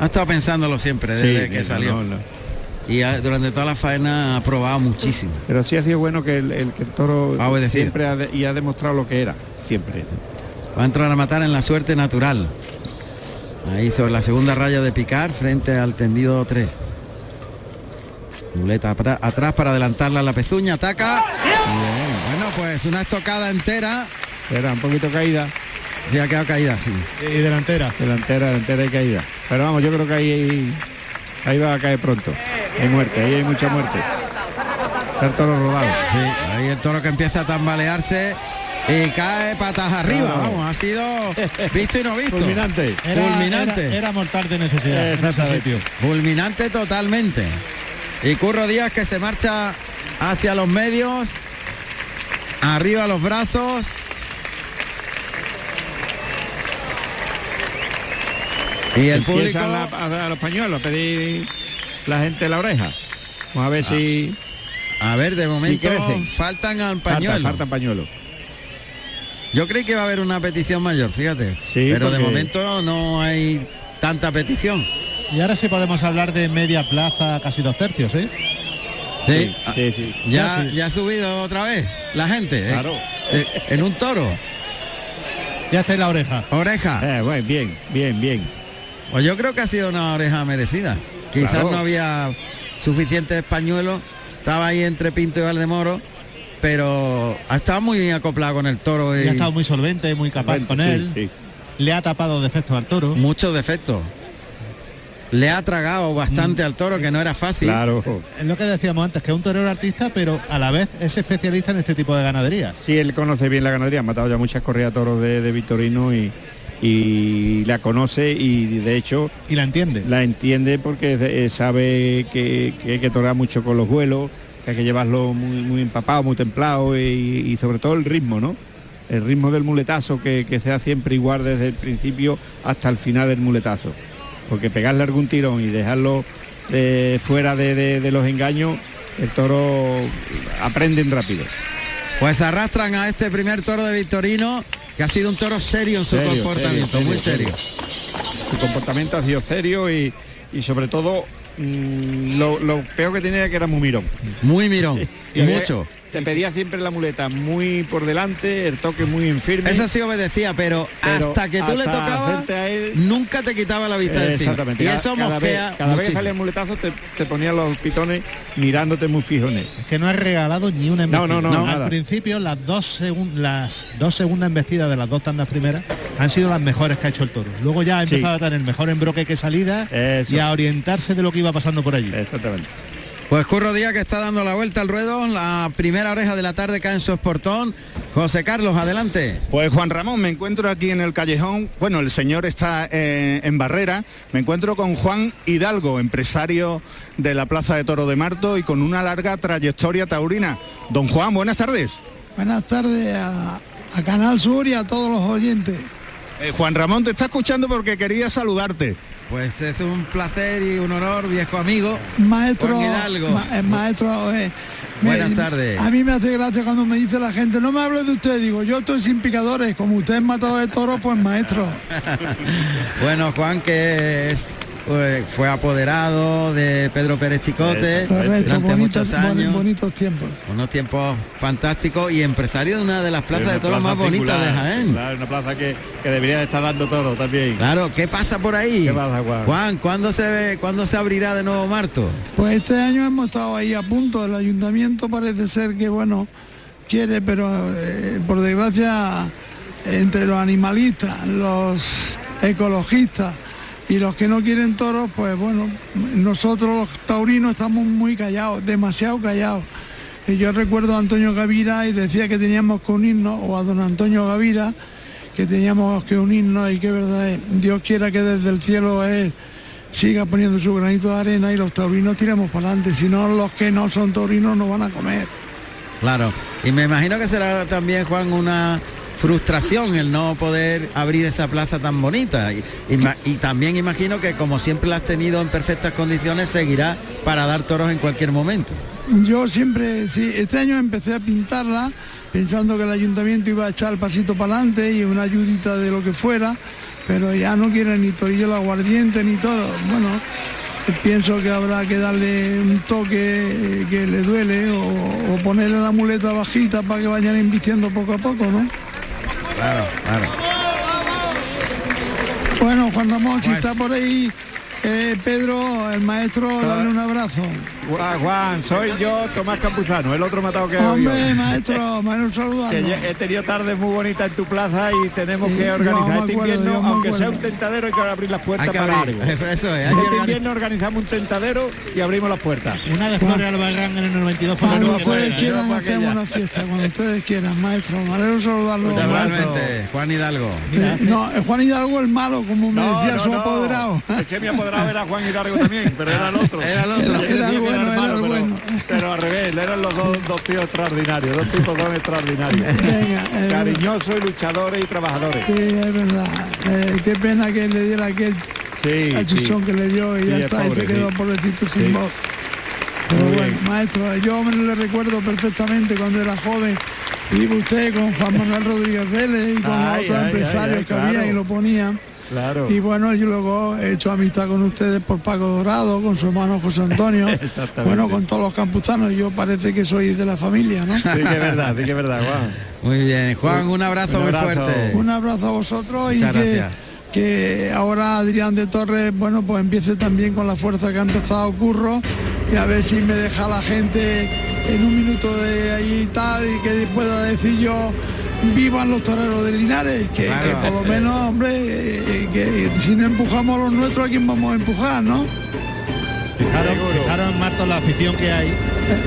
B: Ha estado pensándolo siempre
D: Sí,
B: desde que
D: no,
B: salió.
D: no, no.
B: Y ha- durante toda la faena ha probado muchísimo.
D: Pero sí ha sido bueno que el, el- que el toro
B: Ha obedecido.
D: siempre ha de- y ha demostrado lo que era. Siempre.
B: Va a entrar a matar en la suerte natural. Ahí sobre la segunda raya de picar frente al tendido 3. Muleta atra- atrás para adelantarla a la pezuña, ataca. Bueno, pues una estocada entera.
D: Era un poquito caída,
B: Se ha quedado caída, sí.
C: Y delantera.
D: delantera, delantera y caída. Pero vamos, yo creo que ahí, ahí va a caer pronto. Hay muerte, ahí hay mucha muerte. Están todos robados.
B: Sí, ahí el toro que empieza a tambalearse y cae patas arriba.
D: No.
B: Vamos, ha sido visto y no visto.
D: Fulminante.
C: Era,
B: Fulminante.
C: Era, era mortal de necesidad. en ese
D: Exactamente.
C: sitio.
B: Fulminante totalmente. Y Curro Díaz que se marcha hacia los medios. Arriba los brazos. Y el público.
D: Empiezan la- a, a los pañuelos, a pedir la gente la oreja. Vamos a
B: Ah.
D: ver si
B: A ver, de momento
D: crecen.
B: faltan al pañuelo.
D: Faltan, faltan pañuelos.
B: Yo creí que iba a haber una petición mayor, fíjate.
D: Sí,
B: Pero de
D: porque-
B: momento no hay tanta petición.
C: Y ahora sí podemos hablar de media plaza, casi dos tercios, ¿eh?
B: Sí. Ah,
D: sí, sí.
B: Ya,
C: Ya sí.
B: ya ha subido otra vez la gente. ¿eh?
D: Claro.
B: Eh, en un toro.
C: Ya está en la oreja.
B: Oreja.
D: Eh, bueno, bien, bien, bien.
B: Pues yo creo que ha sido una oreja merecida. Quizás
D: Claro.
B: no había suficientes pañuelos. Estaba ahí entre Pinto y Valdemoro, pero ha estado muy bien acoplado con el toro.
C: Y
B: Y
C: ha estado muy solvente, muy capaz
D: Solvente,
C: con
D: sí,
C: él.
D: sí.
C: Le ha tapado defectos al toro.
B: Muchos defectos. Le ha tragado bastante al toro, que no era fácil.
D: Claro.
C: Es lo que decíamos antes, que es un torero artista, pero a la vez es especialista en este tipo de ganaderías.
D: Sí, él conoce bien la ganadería, ha matado ya muchas corridas de toros de, de Victorino y, y la conoce y de hecho
C: Y la entiende.
D: la entiende porque eh, sabe que, que hay que torar mucho con los vuelos, que hay que llevarlo muy, muy empapado, muy templado y, y sobre todo el ritmo, ¿no? El ritmo del muletazo que, que sea siempre igual desde el principio hasta el final del muletazo. Porque pegarle algún tirón y dejarlo eh, fuera de, de- de los engaños, el toro aprenden rápido.
B: Pues arrastran a este primer toro de Victorino, que ha sido un toro serio en su
D: Serio,
B: comportamiento,
D: serio,
B: muy
D: serio,
B: serio.
D: Su comportamiento ha sido serio y, y sobre todo mm, lo, lo peor que tenía que era muy mirón.
B: Muy mirón, y
D: Te-
B: mucho.
D: Te pedía siempre la muleta muy por delante, el toque muy en firme.
B: Eso sí obedecía, pero,
D: Pero
B: hasta que tú le
D: hasta
B: tocabas,
D: hacerte a él-
B: nunca te quitaba la vista de encima.
D: Exactamente.
B: Y
D: Cada-
B: eso
D: cada vez,
B: mosquea
D: cada vez que
B: muchísimo.
D: salía el muletazo te, te ponía los pitones mirándote muy fijo en él.
C: Es que no ha regalado ni una
D: No,
C: embestida.
D: no,
C: Al
D: no, nada.
C: principio las dos, segun- las dos segundas embestidas de las dos tandas primeras han sido las mejores que ha hecho el toro. Luego ya ha
D: Sí.
C: empezado a tener mejor embroque que salida
D: Eso.
C: y a orientarse de lo que iba pasando por allí.
D: Exactamente.
B: Pues Curro Díaz que está dando la vuelta al ruedo, la primera oreja de la tarde cae en su esportón. José Carlos, adelante.
A: Pues Juan Ramón, me encuentro aquí en el callejón. Bueno, el señor está eh, en Barrera. Me encuentro con Juan Hidalgo, empresario de la Plaza de Toro de Marto y con una larga trayectoria taurina. Don Juan, buenas tardes.
G: Buenas tardes a, a Canal Sur y a todos los oyentes.
A: Eh, Juan Ramón te está escuchando porque quería saludarte.
B: Pues es un placer y un honor, viejo amigo.
G: Maestro,
B: Juan Hidalgo.
G: ma- eh, maestro, eh, me-
B: Buenas tardes.
G: A mí me hace gracia cuando me dice la gente, no me hable de usted, digo, yo estoy sin picadores, como usted es matador de toros, pues maestro.
B: Bueno, Juan que es, eh, fue apoderado de Pedro Pérez Chicote
G: Correcto,
B: Pues, durante
G: bonitos,
B: muchos años.
G: boni- bonitos tiempos.
B: Unos tiempos fantásticos y empresario de una de las plazas de toros más bonitas de Jaén.
D: Claro, una plaza que, que debería estar dando toro también.
B: Claro, ¿qué pasa por ahí?
D: ¿Qué pasa, Juan?
B: Juan, ¿cuándo se ve, cuándo se abrirá de nuevo Marto?
G: Pues este año hemos estado ahí a punto, el ayuntamiento parece ser que, bueno, quiere, pero eh, por desgracia, entre los animalistas, los ecologistas y los que no quieren toros, pues bueno, nosotros los taurinos estamos muy callados, demasiado callados. Y yo recuerdo a Antonio Gavira y decía que teníamos que unirnos, o a don Antonio Gavira, que teníamos que unirnos y que verdad es, Dios quiera que desde el cielo él siga poniendo su granito de arena y los taurinos tiramos para adelante, si no los que no son taurinos no van a comer.
B: Claro. Y me imagino que será también, Juan, una frustración el no poder abrir esa plaza tan bonita. Y, y ma- y también imagino que como siempre la has tenido en perfectas condiciones, seguirá para dar toros en cualquier momento.
G: Yo siempre, sí, este año empecé a pintarla pensando que el ayuntamiento iba a echar el pasito para adelante y una ayudita de lo que fuera, pero ya no quieren ni torillo el aguardiente ni todo. Bueno, eh, pienso que habrá que darle un toque eh, que le duele o, o ponerle la muleta bajita para que vayan invirtiendo poco a poco, ¿no?
B: Claro, claro.
G: Bueno, Juan Ramón, si
B: Pues-
G: está por ahí, eh, Pedro, el maestro, dale un abrazo.
D: Juan, Juan, soy yo, Tomás Campuzano, el otro matado que ha habido.
G: Hombre, maestro, maestro,
D: Que
G: saludarnos.
D: ya he tenido tardes muy bonitas en tu plaza y tenemos
G: Sí,
D: que
G: yo
D: organizar
G: me
D: este
G: acuerdo,
D: invierno,
G: yo me
D: aunque sea un
G: acuerdo.
D: tentadero, hay que abrir las puertas
B: Hay que
D: para
B: abrir.
D: algo.
B: Eso es, hay que
D: Este
B: organizar.
D: invierno organizamos un tentadero y abrimos las puertas.
C: Una de Flores Albarrán en el 92 fue la
G: Cuando
C: nueva
G: ustedes
C: buena, ¿eh?
G: quieran
B: Yo
G: hacemos
B: aquella.
G: una fiesta, cuando ustedes quieran, maestro. Me alegro saludarlo. maestro.
B: Igualmente, Juan Hidalgo.
D: Pues
G: Eh, no, eh, Juan Hidalgo el malo, como me decía su apoderado.
D: Es que mi apoderado era Juan Hidalgo también, pero era el otro.
B: Era el otro.
D: Ese
G: Era el
D: sí que
G: bueno, era el
D: pero-
G: bueno.
D: Pero, al revés, eran los dos, dos tíos extraordinarios, dos tipos dos extraordinarios.
G: Venga, eh,
D: Cariñosos y luchadores y trabajadores.
G: Sí, es verdad. Eh, qué pena que le diera aquel
D: Sí, sí.
G: achuchón que le dio y
D: Sí,
G: ya
D: es
G: está, y
D: pobre,
G: se quedó
D: sí.
G: pobrecito sin
D: Sí.
G: voz. Pero
D: Muy
G: bueno,
D: bien.
G: maestro, yo me lo recuerdo perfectamente cuando era joven. Iba usted con Juan Manuel Rodríguez Vélez y con los
D: Ay,
G: otros
D: ay,
G: empresarios
D: ay, ay,
G: que
D: claro.
G: había y lo ponían.
D: Claro.
G: Y bueno, yo luego he hecho amistad con ustedes por Paco Dorado, con su hermano José Antonio,
D: Exactamente.
G: bueno, con todos los campuzanos, yo parece que soy de la familia, ¿no?
D: Sí que es verdad, sí que es
A: Ah,
D: verdad, Juan.
B: Muy bien, Juan, un abrazo,
D: Un abrazo.
B: muy fuerte.
G: Un abrazo a vosotros y
B: Muchas
G: que,
B: gracias.
G: que ahora Adrián de Torres, bueno, pues empiece también con la fuerza que ha empezado Curro y a ver si me deja la gente en un minuto de ahí y tal y que pueda decir yo vivan los toreros de Linares, que,
D: Claro.
G: que por lo menos, hombre, eh, que si no empujamos a los nuestros, ¿a quién vamos a empujar, no?
C: Fijaros, fijaros, Marto, la afición que hay,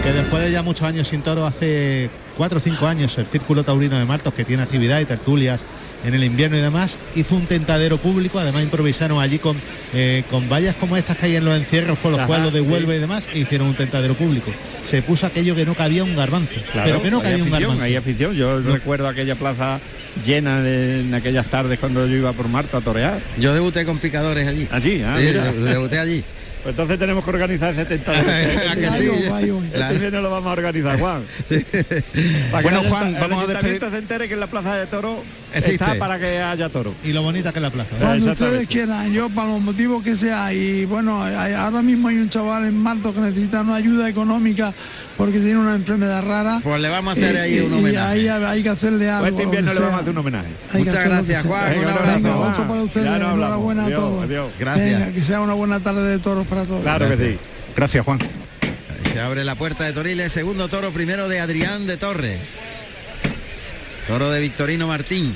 C: que después de ya muchos años sin toro, hace cuatro o cinco años, el Círculo Taurino de Martos, que tiene actividad y tertulias en el invierno y demás, hizo un tentadero público, además improvisaron allí con, eh, con vallas como estas que hay en los encierros por los
D: Ajá,
C: pueblos de
D: sí.
C: Huelva y demás, e hicieron un tentadero público. Se puso aquello que no cabía un garbanzo, pero que no
D: hay
C: cabía un
D: afición,
C: garbanzo.
D: hay afición. Yo recuerdo aquella plaza llena de, en aquellas tardes cuando yo iba por Marta a torear.
B: Yo debuté con picadores allí.
D: Allí, ah,
B: Sí,
D: mira.
B: de- debuté allí.
D: Pues entonces tenemos que organizar ese tentadero.
B: ¿A que sí?
G: Ay, ay, ay.
D: Este
B: Claro.
D: invierno lo vamos a organizar, Juan. Para que
A: Bueno,
D: haya-
A: Juan,
D: el
A: vamos a
D: ayuntamiento
A: despedir-
D: se entere que en la plaza de toro está
B: Existe.
D: para que haya toro.
C: Y lo bonita que es la plaza. ¿eh? ¿no?
B: Eh,
G: Cuando
D: Exactamente.
G: ustedes quieran, yo para los motivos que sea. Y bueno, hay- ahora mismo hay un chaval en Marto que necesita una ayuda económica porque tiene una enfermedad rara.
B: Pues le vamos a hacer
G: Y-
B: ahí
G: y-
B: un
G: y
B: homenaje.
G: ahí hay que hacerle algo.
D: Pues este
G: lo que
D: invierno le vamos
G: sea.
D: a hacer un homenaje.
G: Hay que
B: Muchas
G: hacer lo que
B: gracias,
G: sea.
B: Juan. Un
D: Venga,
B: abrazo.
G: Venga,
D: Juan.
G: otro para ustedes.
D: Ya no hablamos.
G: Enhorabuena a
D: Adiós,
G: todos.
D: adiós.
B: Gracias.
G: Venga, que sea una buena tarde de toros para todos.
D: Claro
A: pues
D: que sí.
A: Gracias, Juan.
B: Se abre la puerta de Toriles, segundo toro primero de Adrián de Torres. Toro de Victorino Martín.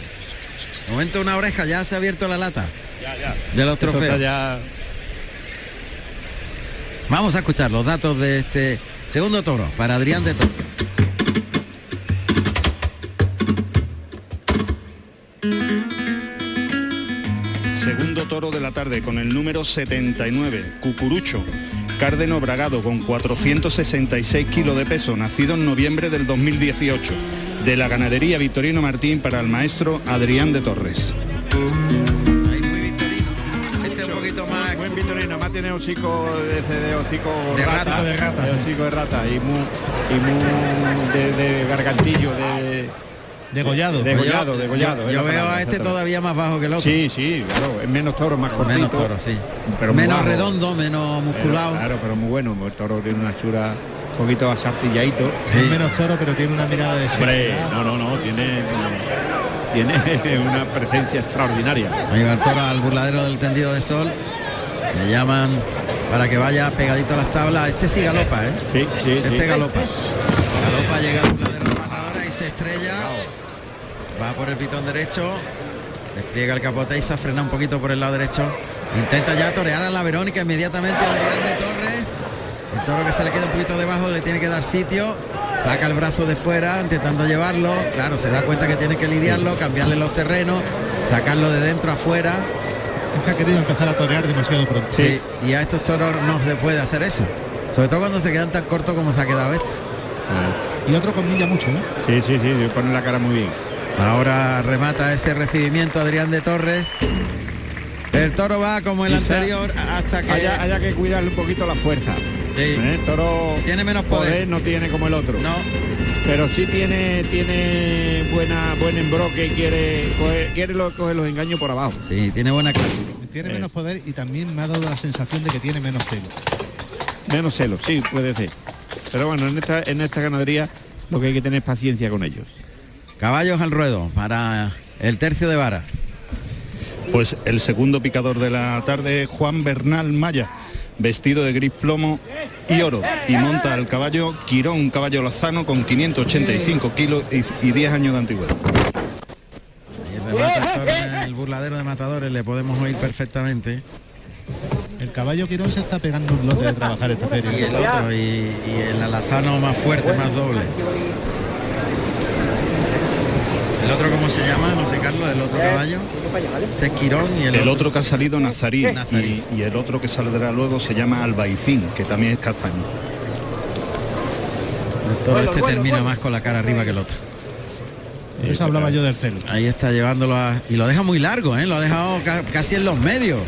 B: De Momento una oreja, ya se ha abierto la lata
D: Ya, ya.
B: de los
D: Esto está
B: trofeos.
D: ya-
B: Vamos a escuchar los datos de este segundo toro para Adrián de Torres.
A: Segundo toro de la tarde con el número 79, Cucurucho. Cárdeno Bragado con 466 kilos de peso, nacido en noviembre del 2018, de la ganadería Victorino Martín para el maestro Adrián de Torres.
B: Ahí muy Victorino. Este un poquito más.
D: Buen Vitorino, más tiene hocico de, este, de, de hocico
B: De rata.
D: de rata, de hocico de rata y muy, y muy de, de gargantillo, de
C: Degollado.
D: De- Degollado,
B: Yo-
D: degollado,
B: Yo,
D: es la
B: yo veo
D: palabra,
B: a este
D: exactamente.
B: todavía más bajo que el otro.
D: sí, sí, claro, es menos toro, más cortito,
B: menos toro, sí.
D: pero muy
B: menos
D: bajo.
B: redondo, menos
D: Pero,
B: musculado.
D: claro, pero muy bueno, el toro tiene una chura un poquito asartilladito.
C: Es menos toro, pero tiene una mirada de
D: Hombre,
C: seriedad.
D: no, no, no, tiene tiene una presencia extraordinaria.
B: Ahí va el toro al burladero del tendido de sol. Le llaman para que vaya pegadito a las tablas. Este sí galopa, ¿eh?
D: Sí, sí, sí.
B: Este galopa. Galopa llega al burladero de la matadora y se estrella. Va por el pitón derecho. Despliega el capote y se frena un poquito por el lado derecho. Intenta ya torear a la Verónica inmediatamente Adrián de Torres. El toro que se le queda un poquito debajo le tiene que dar sitio. Saca el brazo de fuera intentando llevarlo. Claro, se da cuenta que tiene que lidiarlo, cambiarle los terrenos, sacarlo de dentro afuera.
C: Es que ha querido empezar a torear demasiado pronto.
B: Sí. Y a estos toros no se puede hacer eso. Sobre todo cuando se quedan tan cortos como se ha quedado este.
C: Y otro comilla mucho, ¿eh? ¿no?
D: Ah, Sí, sí, sí, sí, pone la cara muy bien.
B: Ahora remata ese recibimiento Adrián de Torres. El toro va como el
D: Quizá
B: anterior hasta que
D: Haya, haya que cuidarle un poquito la fuerza.
B: Sí.
D: ¿Eh? El toro
B: Tiene menos poder.
D: no tiene como el otro.
B: no
D: Pero sí tiene tiene buena buen embroque y quiere coger, quiere lo, coger los engaños por abajo.
B: sí tiene buena clase.
C: Tiene
D: Es.
C: menos poder y también me ha dado la sensación de que tiene menos celo.
D: Menos celos, sí, puede ser. Pero bueno, en esta en esta ganadería lo que hay que tener es paciencia con ellos.
B: Caballos al ruedo para el tercio de vara.
A: Pues el segundo picador de la tarde, Juan Bernal Maya, vestido de gris plomo y oro, y monta al caballo Quirón, un caballo lazano con 585 kilos y, y 10 años de antigüedad.
B: Y remata el toro en el burladero de matadores le podemos oír perfectamente.
C: El caballo Quirón se está pegando un lote de trabajar esta feria. ¿eh?
B: Y el otro y, y el alazano más fuerte, más doble. El otro cómo se llama, José Carlos, el otro caballo. Este es Quirón y el,
A: El
B: otro. Eh.
A: otro que ha salido Nazarí, y-
B: Nazarí.
A: Y, el otro que saldrá luego se llama Albaicín, que también es castaño.
B: El toro este termina más con la cara arriba que el otro.
C: Por eso hablaba yo del celo.
B: Ahí está llevándolo a- y lo deja muy largo, ¿eh? Lo ha dejado ca- casi en los medios.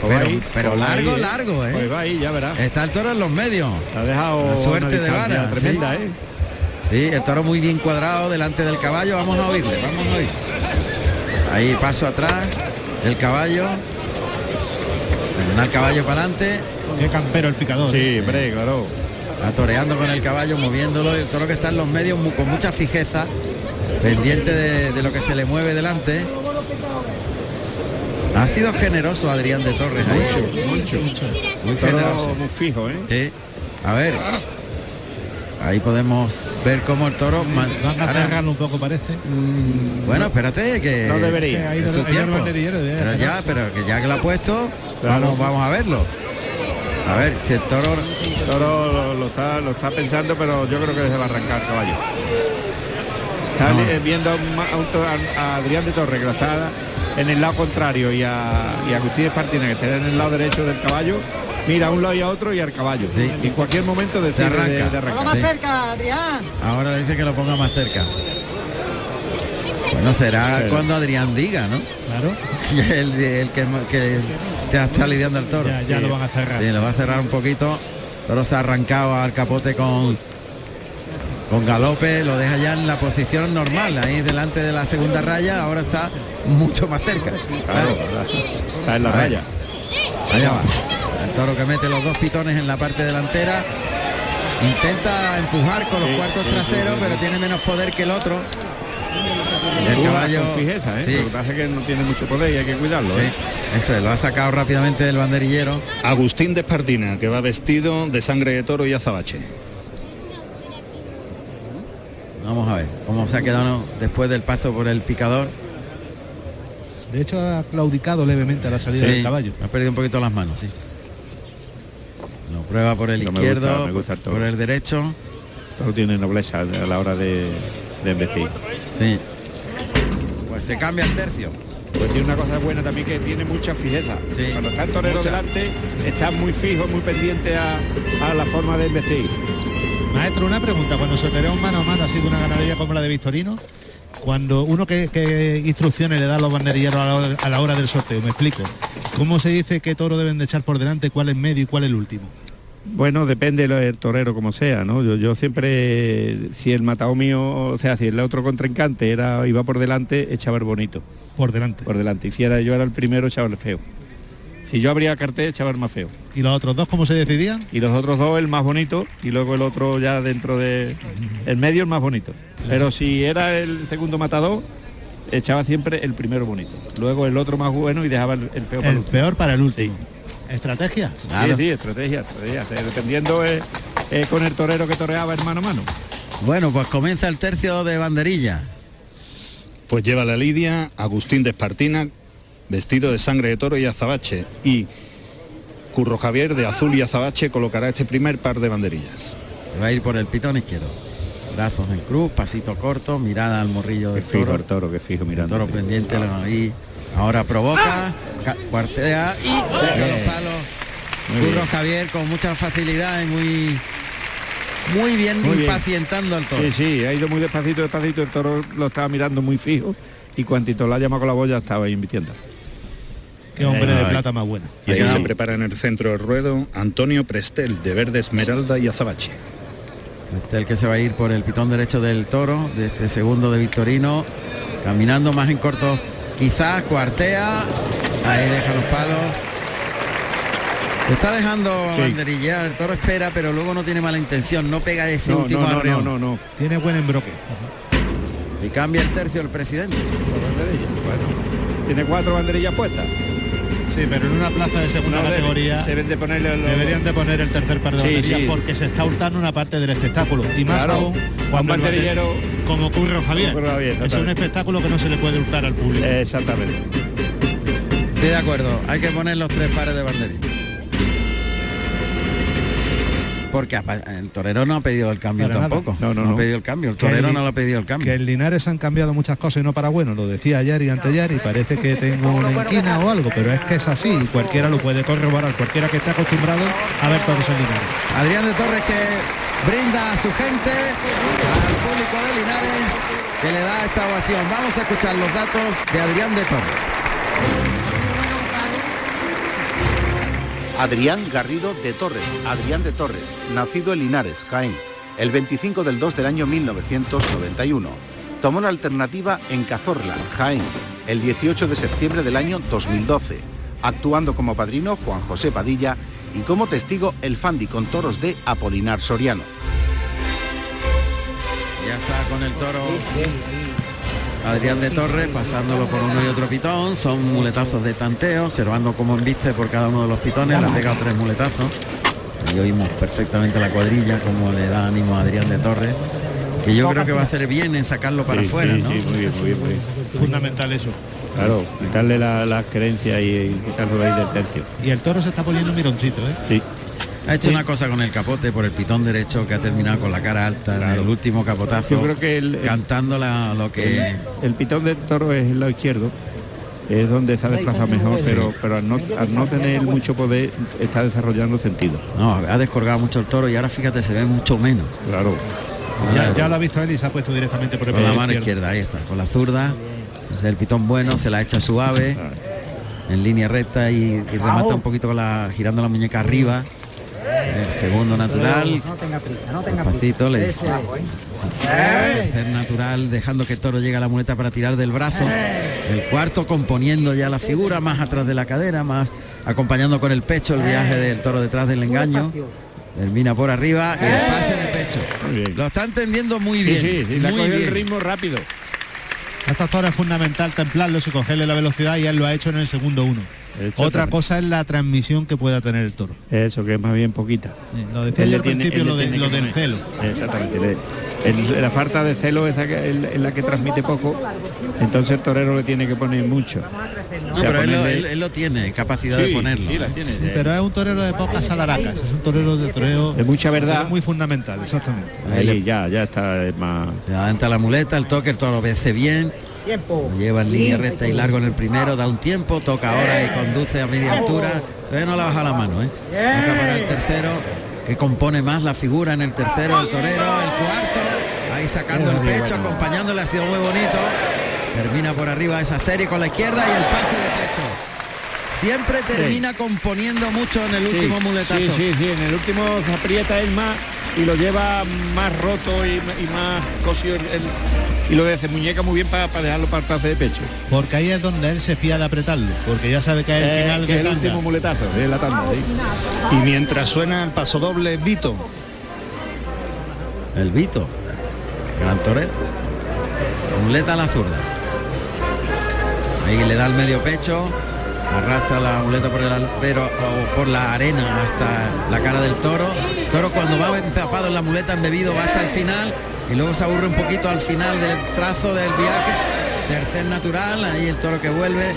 D: Pues
B: Pero,
D: va ahí,
B: pero
D: pues va
B: largo,
D: ahí, ¿eh?
B: largo, ¿eh?
D: Pues va ahí, ya verás.
B: Está el toro en los medios.
D: Ha dejado
B: La suerte
D: una
B: de
D: distancia
B: vara, sí.
D: tremenda, ¿eh?
B: Sí, el toro muy bien cuadrado delante del caballo. Vamos a oírle, vamos a oír. Ahí paso atrás, el caballo. El caballo para adelante,
C: Qué campero el picador. ¿eh?
D: Sí, hombre, claro.
B: atoreando con el caballo, moviéndolo. El toro que está en los medios mu- con mucha fijeza, pendiente de, de lo que se le mueve delante. Ha sido generoso Adrián de Torres. ahí. Muy
D: Toro
B: generoso.
D: muy fijo, ¿eh?
B: Sí. A ver. Ahí podemos ver cómo el toro. man-
C: Van a
B: ahora-
C: agarrarlo un poco, parece.
B: bueno, espérate que.
D: No
C: Que
D: debería.
C: ha
B: es
C: ido-
B: su
C: ha ido el
B: tiempo.
C: banderillero, debería
B: Pero ya,
C: dejarse.
B: pero que ya que lo ha puesto,
D: Claro.
B: vamos, vamos a verlo. A ver, si el toro.
D: Toro lo, lo está, lo está pensando, pero yo creo que se va a arrancar caballo. Está li- viendo a, un ma- a un to- a- a Adrián de Torres, que lo está en el lado contrario, y a, y a Agustín Espartina, que está en el lado derecho del caballo. Mira a un lado y a otro y al caballo.
B: Sí.
D: Y en cualquier momento decide
B: Se arranca.
D: de- de arrancar.
B: más Sí.
E: cerca, Adrián.
B: Ahora dice que lo ponga más cerca. Bueno, será
D: Pero-
B: cuando Adrián diga, ¿no?
C: Claro.
B: el, el que, que te está lidiando el toro.
C: Ya, ya
B: Sí.
C: lo van a cerrar.
B: Sí, lo va a cerrar un poquito. Toro se ha arrancado al capote con con galope, lo deja ya en la posición normal, ahí delante de la segunda raya, ahora está mucho más cerca.
D: Claro,
B: Claro.
D: está en la
B: A ver.
D: raya.
B: Allá va. El toro que mete los dos pitones en la parte delantera. Intenta empujar con los
D: Sí,
B: cuartos
D: sí, sí,
B: traseros,
D: sí,
B: pero tiene menos poder que el otro. Y
D: Duda con fijeza, ¿eh?
B: sí,
D: Lo que pasa es que no tiene mucho poder y hay que cuidarlo.
B: sí,
D: ¿eh?
B: eso es, lo ha sacado rápidamente del banderillero.
A: Agustín de Espardina, que va vestido de sangre de toro y azabache.
B: Vamos a ver cómo se ha quedado después del paso por el picador.
C: De hecho, ha claudicado levemente a la salida
B: Sí,
C: del caballo.
B: Ha perdido un poquito las manos, sí. Lo prueba por el
D: No me
B: izquierdo,
D: gusta, me gusta el toro.
B: por el derecho.
D: Toro tiene nobleza a la hora de, de embestir.
B: Sí. Pues se cambia el tercio.
D: Pues tiene una cosa buena también que tiene mucha fijeza.
B: Sí,
D: Cuando está el torero
B: mucha.
D: delante, está muy fijo, muy pendiente a, a la forma de investir.
C: Maestro, una pregunta. Cuando se pelea un mano a mano así de una ganadería como la de Victorino, cuando uno que, instrucciones le da a los banderilleros a la, hora, a la hora del sorteo, me explico. ¿Cómo se dice qué toro deben de echar por delante, cuál es medio y cuál es el último?
D: Bueno, depende lo del torero como sea, ¿no? Yo, yo siempre, si el matado mío, o sea, si el otro contrincante era iba por delante, echaba el bonito,
C: Por delante.
D: por delante. Y si era, yo era el primero, echaba el feo. Si yo abría cartel, echaba el más feo.
C: ¿Y los otros dos cómo se decidían?
D: Y los otros dos, el más bonito, y luego el otro ya dentro de... El medio, el más bonito. Pero si era el segundo matador, echaba siempre el primero bonito. Luego el otro más bueno y dejaba el, el feo para el
C: El
D: último.
C: peor para el último. ¿Estrategias?
B: Claro.
D: Sí, sí, estrategia, estrategia. Eh, Dependiendo eh, eh, con el torero que toreaba el mano a mano.
B: Bueno, pues comienza el tercio de banderilla.
A: Pues lleva la lidia Agustín de Espartina, vestido de sangre de toro y azabache. Y Curro Javier de azul y azabache colocará este primer par de banderillas.
B: Va a ir por el pitón izquierdo. Brazos en cruz, pasito corto, mirada al morrillo del toro.
D: toro, que fijo
B: El toro pendiente la- y ahora provoca, ca- cuartea y deja los palos.
D: Muy
B: Curro
D: bien.
B: Javier con mucha facilidad y muy muy bien
D: Muy bien.
B: impacientando al toro.
D: Sí, sí, ha ido muy despacito, despacito. El toro lo estaba mirando muy fijo y cuantito la llama con la boya estaba ahí invitiendo.
C: Qué hombre de
A: Ay.
C: plata más bueno.
B: Sí,
A: Ahí
B: sí.
A: se prepara en el centro del ruedo Antonio Prestel de verde esmeralda y azabache.
B: Este es el que se va a ir por el pitón derecho del toro, de este segundo de Victorino, caminando más en corto, quizás cuartea, ahí deja los palos. Se está dejando
D: Sí.
B: banderillar, el toro espera, pero luego no tiene mala intención, no pega ese
D: No,
B: último
D: no, no, no,
B: arreón.
D: no, no.
C: Tiene buen embroque.
B: Y cambia el tercio el presidente.
D: Banderilla, bueno. Tiene cuatro banderillas puestas.
C: Sí, pero en una plaza de segunda
D: No, deben-
C: categoría
D: Deben de ponerle los-
C: deberían de poner el tercer par de
D: Sí,
C: banderillas
D: sí.
C: porque se está hurtando una parte del espectáculo. Y más
D: Claro,
C: aún
D: un
C: cuando el
D: banderillero-
C: bander- como ocurre a Javier.
D: Como ocurre Javier,
C: es un
D: totalmente. Eh,
C: espectáculo que no se le puede hurtar al público.
D: Exactamente.
B: Estoy de acuerdo, hay que poner los tres pares de banderillas. Porque apa- el torero no ha pedido el cambio
C: Para nada.
B: tampoco.
D: No, no,
B: ha
D: no.
B: pedido el cambio. El torero
C: li-
B: no lo ha pedido el cambio.
C: Que en Linares han cambiado muchas cosas y no para bueno, lo decía ayer y anteayer y parece que tengo una inquina o algo, pero es que es así y cualquiera lo puede corroborar, cualquiera que está acostumbrado a ver todos en Linares.
B: Adrián de Torres que brinda a su gente, al público de Linares, que le da esta ovación. Vamos a escuchar los datos de Adrián de Torres.
F: Adrián Garrido de Torres, Adrián de Torres, nacido en Linares, Jaén, el 25 del 2 del año 1991. Tomó la alternativa en Cazorla, Jaén, el 18 de septiembre del año 2012, actuando como padrino Juan José Padilla y como testigo el Fandi con toros de Apolinar Soriano.
B: Ya está con el toro Adrián de Torres pasándolo por uno y otro pitón, son muletazos de tanteo, observando cómo embiste por cada uno de los pitones, le ha pegado tres muletazos. Y oímos perfectamente la cuadrilla, como le da ánimo a Adrián de Torres, que yo creo que va a hacer bien en sacarlo para
D: Sí,
B: afuera,
D: sí,
B: ¿no?
D: sí, muy bien, muy bien, muy bien.
C: Fundamental eso.
D: Claro, quitarle la- las creencias y, y quitarlo ahí del tercio.
C: Y el toro se está poniendo un mironcito, ¿eh?
D: Sí.
B: Ha hecho una cosa con el capote por el pitón derecho que ha terminado con la cara alta en el último capotazo,
D: Yo creo que el- el-
B: cantando la- lo que...
D: El pitón del toro es el lado izquierdo, es donde se ha desplazado mejor, pero, pero al, no, al no tener mucho poder está desarrollando sentido.
B: No, ha descolgado mucho el toro y ahora fíjate, se ve mucho menos.
D: Claro.
C: Ya, ya lo ha visto él y se ha puesto directamente por el
B: Con la
C: pitón
B: mano izquierda, ahí está, con la zurda. Es el pitón bueno, se la echa suave, en línea recta y, y remata un poquito con la, girando la muñeca arriba. El segundo natural,
H: No tenga prisa, no tenga prisa.
B: despacito, le
H: Eso ¿eh? es.
B: tercer natural, dejando que el toro llegue a la muleta para tirar del brazo.
H: ¡Eh!
B: El cuarto componiendo ya la figura, más atrás de la cadera, más acompañando con el pecho el
H: ¡Eh!
B: viaje del toro detrás del engaño. Termina por arriba y
H: ¡Eh!
B: el pase de pecho.
D: Muy bien.
B: Lo está entendiendo muy bien.
D: sí, sí, sí, le ha
B: muy
D: cogido el
B: bien.
D: ritmo rápido.
C: A estas toras es fundamental templarlos y cogerle la velocidad y él lo ha hecho en el segundo uno.
D: Exactamente.
C: Otra cosa es la transmisión que pueda tener el toro.
D: Eso, que es más bien poquita.
C: Eh, Lo decía yo
D: Él le
C: al
D: tiene-
C: principio,
D: él le
C: lo, de-
D: tiene
C: lo
D: que
C: del
D: comer.
C: celo.
D: Exactamente. le- el- la falta de celo es la que, el- es la que transmite poco, entonces el torero le tiene que poner mucho.
B: No,
D: O sea,
B: pero él, lo-
D: ponerle-
B: él- él lo tiene, capacidad de
D: Sí,
B: ponerlo.
D: sí, la tiene.
C: Sí, pero es un torero de pocas alaracas, es un torero de toreo
D: De mucha verdad.
C: torero muy fundamental, exactamente.
D: Ahí ya, ya está eh, más.
B: Levanta la muleta, el toque, el toro lo vence bien,
H: Tiempo.
B: lo lleva en línea recta y largo en el primero, da un tiempo, toca ahora y conduce a media altura. Todavía no la baja la mano, ¿eh? Toca para el tercero, que compone más la figura en el tercero, el torero, el cuarto, ahí sacando el pecho, acompañándole, ha sido muy bonito. Termina por arriba esa serie con la izquierda y el pase de pecho. Siempre termina componiendo mucho en el último muletazo.
D: Sí, sí, sí, en el último se aprieta él más y lo lleva más roto y, y más cosido el- el- y lo muñeca muy bien para dejarlo para el pase de pecho.
C: Porque ahí es donde él se fía de apretarlo, porque ya sabe que es el
D: Eh,
C: final de
D: que es el
C: tanda.
D: último muletazo de la tanda. sí.
A: Y mientras suena el paso doble, Vito.
B: El Vito. Gran torero. Muleta a la zurda. Ahí le da el medio pecho. Arrastra la muleta por el alero o por la arena hasta la cara del toro. Toro cuando va empapado en la muleta, embebido, va hasta el final. Y luego se aburre un poquito al final del trazo del viaje. Tercer natural. Ahí el toro que vuelve.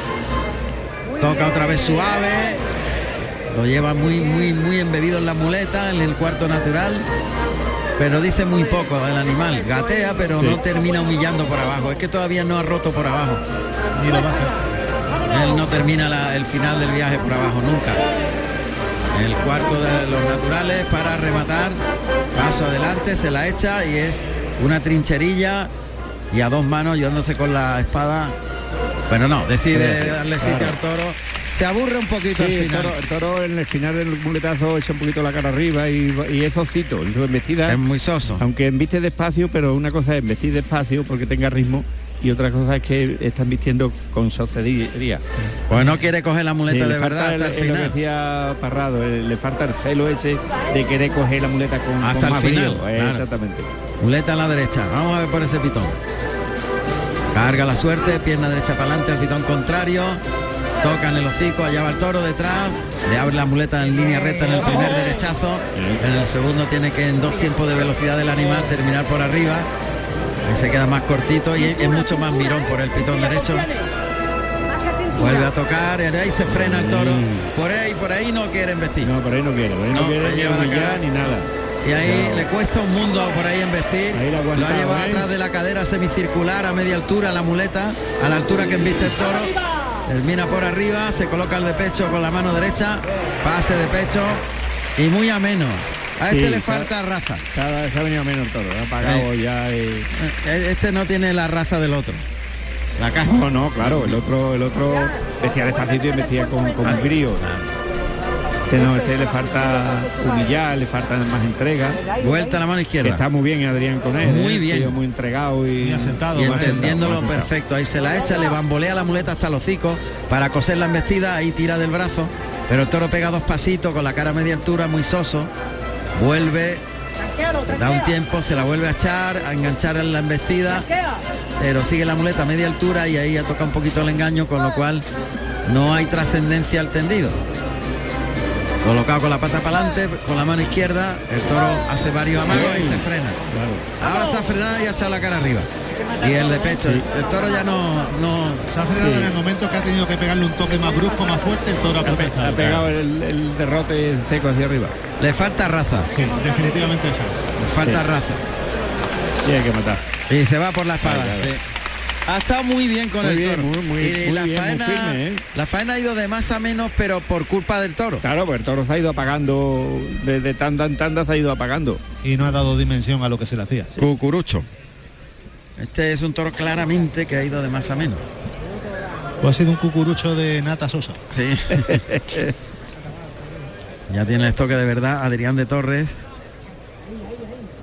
B: Toca otra vez suave. Lo lleva muy, muy, muy embebido en la muleta, en el cuarto natural. Pero dice muy poco el animal. Gatea, pero no termina humillando por abajo. Es que todavía no ha roto por abajo.
C: Y lo baja.
B: Él no termina la- el final del viaje por abajo nunca. El cuarto de los naturales para rematar. Paso adelante, se la echa y es una trincherilla y a dos manos llevándose con la espada. Pero no, decide darle sitio al toro. Se aburre un poquito
D: Sí,
B: al
D: el,
B: final.
D: toro, el toro en el final del muletazo echa un poquito la cara arriba y, va- y es osito, es vestida,
B: Es muy soso.
D: aunque embiste despacio, pero una cosa es vestir despacio porque tenga ritmo y otra cosa es que están vistiendo con socería.
B: Pues no quiere coger la muleta
D: Sí, le
B: de
D: falta
B: verdad hasta el
D: es lo que
B: final.
D: decía Parrado, eh, le falta el celo ese de querer coger la muleta con, con
B: Hasta el
D: más
B: final,
D: brío, eh,
B: claro.
D: Exactamente.
B: Muleta a la derecha. Vamos a ver por ese pitón. Carga la suerte, pierna derecha para adelante, el pitón contrario. Toca en el hocico, allá va el toro detrás. Le abre la muleta en línea recta en el primer derechazo. En el segundo tiene que en dos tiempos de velocidad del animal terminar por arriba. Ahí se queda más cortito y es mucho más mirón por el pitón derecho. Vuelve a tocar, y ahí se frena el toro. Por ahí, por ahí no quieren vestir.
D: No, por ahí no quiere, por ahí no,
B: No,
D: quiere
B: ahí
D: ni
B: lleva la
D: humillar
B: cara.
D: ni nada.
B: Y ahí le cuesta un mundo por ahí en vestir.
D: Ahí la
B: lo ha
D: aguantaba,
B: llevado
D: ¿eh?
B: atrás de la cadera semicircular a media altura, la muleta, a la altura que embiste el toro. Termina por arriba, se coloca el de pecho con la mano derecha, pase de pecho y muy a menos. A este
D: Sí,
B: le
D: está-
B: falta raza.
D: Se ha, se ha venido menos el toro, ha pagado ya. eh.
B: Eh, Este no tiene la raza del otro. La casta.
D: No, no, claro, el otro, el otro vestía despacito y vestía con, con brío. Este no, este le falta humillar, le falta más entrega.
B: Vuelta a la mano izquierda.
D: Está muy bien Adrián con él.
B: Muy
D: eh,
B: bien.
D: tío Muy entregado y,
C: Muy asentado,
B: y
C: más
B: entendiéndolo
D: más asentado.
B: perfecto. Ahí se la echa, le bambolea la muleta hasta los hocico para coser la embestida, ahí tira del brazo, pero el toro pega dos pasitos con la cara a media altura, muy soso, vuelve Da un tiempo, se la vuelve a echar, a enganchar en la embestida, pero sigue la muleta a media altura y ahí ya toca un poquito el engaño, con lo cual no hay trascendencia al tendido. Colocado con la pata para adelante, con la mano izquierda, el toro hace varios amagos y se frena. Ahora se ha frenado y ha echado la cara arriba. Y el de pecho, el, el toro ya no, no
C: Se ha frenado en el momento que ha tenido que pegarle un toque más brusco, más fuerte, el toro ha
D: Ha
C: protestado.
D: pegado el, el derrote seco hacia arriba.
B: le falta raza,
C: Sí, definitivamente eso es.
B: le falta
D: Sí.
B: raza.
D: Y hay que matar.
B: Y se va por la espada.
D: Claro, claro.
B: sí. Ha estado muy bien con
D: Muy
B: el
D: bien,
B: toro.
D: muy, muy,
B: y
D: muy
B: la,
D: bien, muy
B: faena,
D: firme, ¿eh?
B: la faena ha ido de más a menos, pero por culpa del toro.
D: Claro, pues el toro se ha ido apagando, desde tanda en tanda se ha ido apagando.
C: Y no ha dado dimensión a lo que se le hacía.
B: Cucurucho. Este es un toro claramente que ha ido de más a menos.
C: Pues ha sido un cucurucho de Nata Sosa.
B: Sí. ya tiene el toque de verdad Adrián de Torres,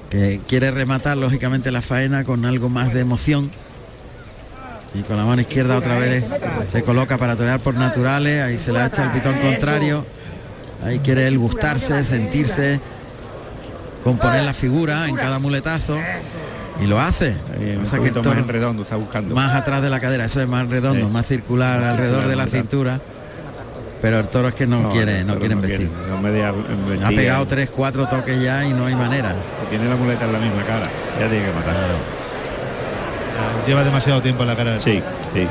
B: que quiere rematar lógicamente la faena con algo más de emoción. Y con la mano izquierda otra vez se coloca para torear por naturales, ahí se la echa el pitón contrario. Ahí quiere él gustarse, sentirse, componer la figura en cada muletazo. Y lo hace.
D: Ahí, un
B: Pasa que el
D: poquito Eh, más
B: toro-
D: en redondo está buscando.
B: más atrás de la cadera, eso es más redondo,
D: Sí.
B: más circular alrededor de la
D: circular.
B: cintura. Pero el toro es que no, quiere,
D: el
B: no
D: toro
B: quiere vestir.
D: quiere, eh. no media embestida.
B: Ha pegado tres, cuatro toques ya y no hay manera.
D: Tiene la muleta en la misma cara. Ya tiene que matar.
C: Ah, Lleva demasiado tiempo en la cara del
D: Sí, sí.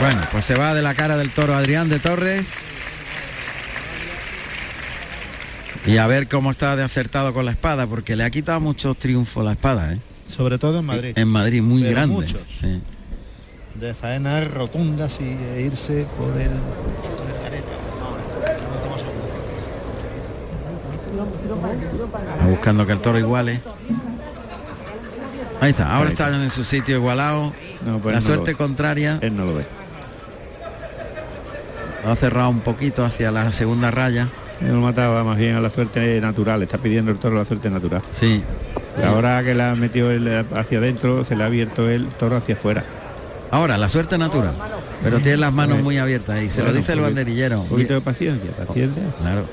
B: Bueno, pues se va de la cara del toro Adrián de Torres. Y a ver cómo está de acertado con la espada, porque le ha quitado muchos triunfos la espada, ¿eh?
C: sobre todo en Madrid.
B: En Madrid, muy
C: Pero
B: grande.
C: muchos.
B: sí.
C: De faenas rotundas y e irse por el...
B: Está Buscando que el toro iguale. Ahí está, ahora
D: Ahí está.
B: está en su sitio igualado.
D: No, pues
B: la
D: no
B: suerte
D: lo-
B: contraria.
D: Él no lo ve.
B: Lo ha cerrado un poquito hacia la segunda raya.
D: Él lo mataba más bien a la suerte natural. Está pidiendo el toro la suerte natural.
B: Sí.
D: Y ahora que la ha metido él hacia adentro, se le ha abierto el toro hacia afuera.
B: Ahora, la suerte natural. Pero tiene las manos muy abiertas y se lo
D: Bueno,
B: dice el
D: un poquito-
B: banderillero.
D: Un poquito de paciencia, paciencia.
B: Claro.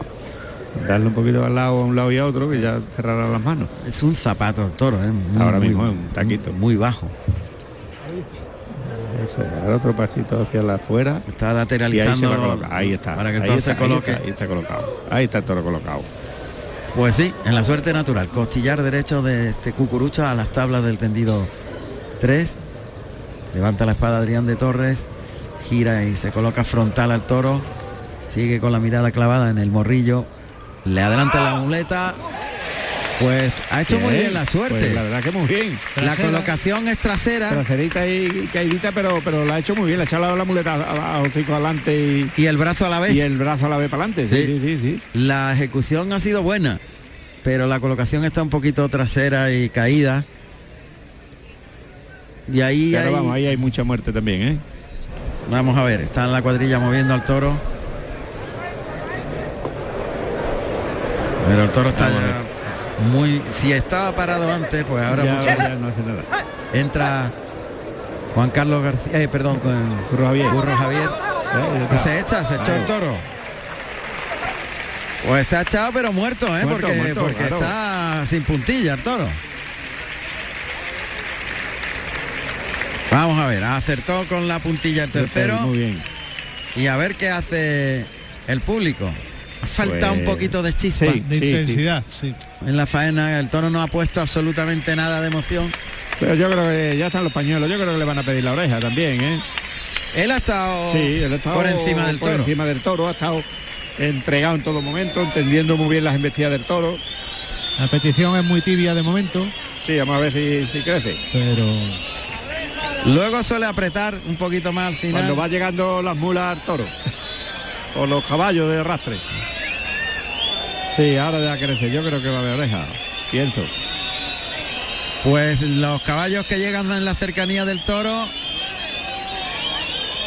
D: Darle un poquito al lado, a un lado y a otro, que ya cerrará las manos.
B: Es un zapato el toro, ¿eh? Muy-
D: Ahora
B: muy-
D: mismo es un taquito.
B: Muy bajo.
D: Eso, dar otro pasito hacia la afuera.
B: Está
D: Y ahí se
B: lateralizando.
D: va a colocar. Ahí está.
B: Para que el
D: ahí
B: toro
D: está,
B: se coloque.
D: Ahí está, ahí está colocado. Ahí está el toro colocado.
B: Pues sí, en la suerte natural. Costillar derecho de este cucurucho a las tablas del tendido 3. Levanta la espada Adrián de Torres. Gira y se coloca frontal al toro. Sigue con la mirada clavada en el morrillo. Le adelanta la muleta. Pues ha hecho muy bien la suerte.
D: Pues la verdad que muy bien.
B: la
C: trasera.
B: colocación es trasera
D: Tracerita y caidita, pero, pero la ha hecho muy bien. La ha echado la- la muleta a, a hocico adelante y,
B: y el brazo a la vez.
D: y el brazo a la vez para adelante. Sí,
B: Sí.
D: sí, sí. sí.
B: La ejecución ha sido buena, pero la colocación está un poquito trasera y caída. Y ahí,
D: Pero
B: hay-
D: vamos, ahí hay mucha muerte también, ¿eh?
B: Vamos a ver, está en la cuadrilla moviendo al toro. Pero el toro está
D: Vamos a
B: ya muy. Si estaba parado antes, pues ahora
D: ya,
B: mucho-
D: ya no hace nada.
B: entra Juan Carlos García, eh, perdón, con
D: Curro Javier. Eh,
B: Burro Javier.
D: Ya, ya está.
B: Y se echa, se echó
D: Claro.
B: el toro. Pues se ha echado pero muerto, ¿eh?
D: Muerto,
B: porque
D: muerto,
B: porque
D: claro.
B: está sin puntilla el toro. Vamos a ver, acertó con la puntilla el tercero.
D: Muy bien.
B: y a ver qué hace el público. Ha faltado
D: Pues,
B: un poquito de chispa
D: sí.
C: De intensidad, sí.
B: en la faena. El toro no ha puesto absolutamente nada de emoción.
D: Pero yo creo que ya están los pañuelos. Yo creo que le van a pedir la oreja también, ¿eh?
B: Él ha estado,
D: Sí, él ha estado
B: Oh, por encima del
D: por
B: toro.
D: encima del toro, ha estado entregado en todo momento, entendiendo muy bien las embestidas del toro.
C: La petición es muy tibia de momento,
D: Sí, vamos a ver si, si crece.
C: pero
B: Luego suele apretar un poquito más al
D: Cuando
B: final.
D: va llegando las mulas al toro. O los caballos de arrastre. Sí, ahora ya crece. Yo creo que va a haber oreja. Pienso.
B: Pues los caballos que llegan en la cercanía del toro.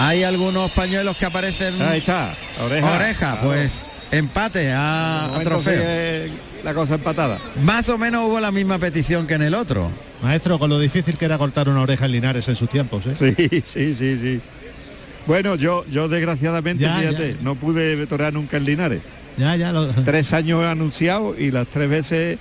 B: Hay algunos pañuelos que aparecen
D: Ahí está. Oreja.
B: Mm. oreja,
D: Claro.
B: pues empate
D: De
B: a, a
D: momento
B: trofeo.
D: sigue La cosa empatada.
B: Más o menos hubo la misma petición que en el otro.
C: maestro, con lo difícil que era cortar una oreja en Linares en sus tiempos, ¿eh?
D: Sí, sí, sí, sí. Bueno, yo, yo desgraciadamente,
C: Ya,
D: fíjate,
C: ya.
D: no pude torear nunca en Linares.
C: Ya, ya, lo-
D: Tres años anunciado y las tres veces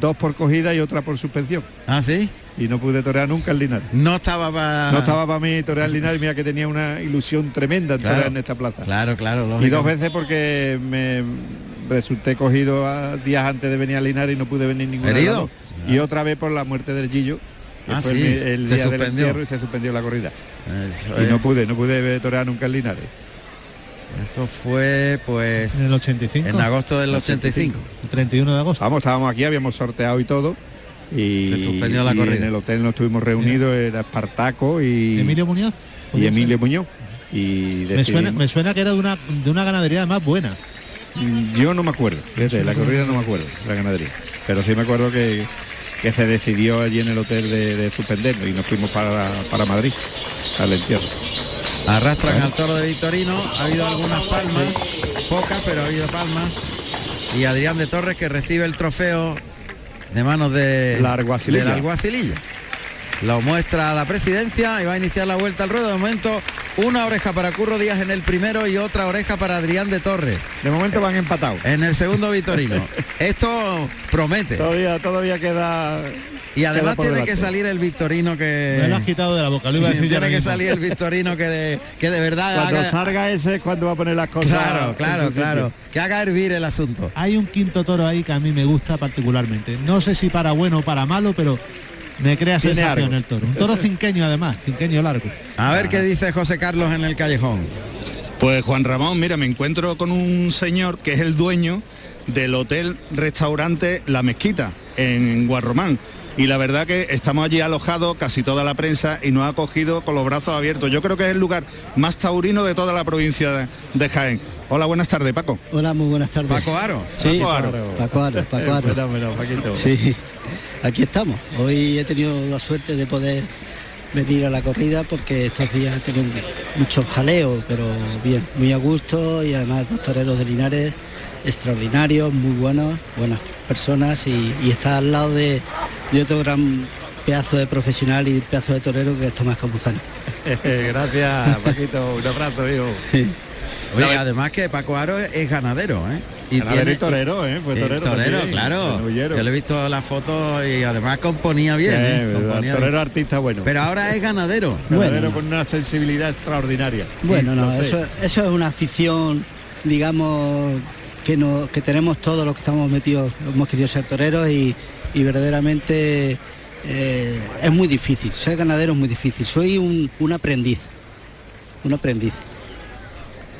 D: dos por cogida y otra por suspensión.
B: Ah, sí.
D: Y no pude torear nunca en Linares.
B: No estaba para.
D: No estaba para mí torear en Linares, mira que tenía una ilusión tremenda en
B: Claro.
D: torear en esta plaza.
B: Claro, claro.
D: Y
B: lógico.
D: dos veces porque me resulté cogido a- días antes de venir a Linares y no pude venir ninguna. de las
B: ¿Herido?
D: dos. Y otra vez por la muerte del Gillo. que
B: Ah,
D: fue
B: sí,
D: el, el
B: se
D: día del
B: suspendió.
D: entierro y se suspendió la corrida.
B: Eso,
D: Y
B: es.
D: no pude, no pude torear nunca en Linares.
B: Eso fue pues
C: En el 85.
B: en agosto del 85.
C: El 31 de
B: Ah,
C: agosto.
D: Vamos, estábamos aquí, habíamos sorteado y todo. Y,
B: Se suspendió la
D: y
B: corrida.
D: En el hotel nos estuvimos reunidos, era Espartaco y
C: Emilio Muñoz.
D: y
C: podía ser.
B: ¿eh?
D: Emilio Muñoz. Y
C: Me suena,
D: decidimos-
C: me suena que era de una, de una ganadería más buena.
D: Yo no me acuerdo, fíjate, la corrida no me acuerdo, la ganadería. Pero sí me acuerdo que, que se decidió allí en el hotel de, de suspenderlo y nos fuimos para, para Madrid, al entierro.
B: Arrastran al toro de Victorino, ha habido algunas palmas, pocas, pero ha habido palmas. Y Adrián de Torres que recibe el trofeo de manos de
D: La alguacililla.
B: del alguacililla. Lo muestra a la presidencia y va a iniciar la vuelta al ruedo. De momento, una oreja para Curro Díaz en el primero y otra oreja para Adrián de Torres.
D: De momento van empatados.
B: En el segundo Victorino. Esto promete.
D: Todavía, todavía queda.
B: Y además
D: queda por
B: tiene
D: delante.
B: que salir el Victorino
C: Me lo has
B: que.
C: quitado de la boca, lo iba a decir yo
B: Eh. Tiene
C: ahora
B: que
C: mismo.
B: salir el Victorino que de, que de verdad
D: Cuando
B: haga-
D: salga ese es cuando va a poner las cosas.
B: Claro,
D: en
B: claro,
D: su sitio.
B: claro. Que haga hervir el asunto.
C: Hay un quinto toro ahí que a mí me gusta particularmente. No sé si para bueno o para malo, pero me crea
D: Tiene
C: sensación
D: algo.
C: el toro. Un toro cinqueño además, cinqueño largo.
B: A ver qué dice José Carlos en el callejón.
A: Pues Juan Ramón, mira, me encuentro con un señor que es el dueño del hotel restaurante La Mezquita en Guarromán. Y la verdad que estamos allí alojados casi toda la prensa y nos ha cogido con los brazos abiertos. Yo creo que es el lugar más taurino de toda la provincia de- de Jaén. Hola, buenas tardes, Paco.
H: Hola, muy buenas tardes.
B: Paco Aro.
H: Sí,
A: Paco Aro.
H: Paco Aro, Paco Aro.
D: Cuéntamelo, Eh, Paquito.
H: Sí, aquí estamos. Hoy he tenido la suerte de poder venir a la corrida porque estos días he tenido mucho jaleo, pero bien, muy a gusto y además dos toreros de Linares extraordinarios, muy buenos, buenas personas y, y está al lado de, de otro gran pedazo de profesional y pedazo de torero que es Tomás Campuzano.
D: Eh, Gracias, Paquito. Un abrazo, hijo.
B: Oye, además que Paco Aro es ganadero, ¿eh? Y
D: Ganadero
B: tiene-
D: y torero, ¿eh? Fue
B: eh,
D: torero. también,
B: claro.
D: Nullero.
B: Yo le he visto la foto y además componía bien.
D: Sí,
B: ¿eh?
D: verdad,
B: Componía bien.
D: torero artista bueno.
B: Pero ahora es ganadero.
D: Ganadero
H: Bueno.
D: con una sensibilidad extraordinaria.
H: Bueno, no,
D: sé.
H: eso, eso es una afición, digamos, que, no, que tenemos todos los que estamos metidos, hemos querido ser toreros y, y verdaderamente eh, es muy difícil, ser ganadero es muy difícil. Soy un, un aprendiz, un aprendiz.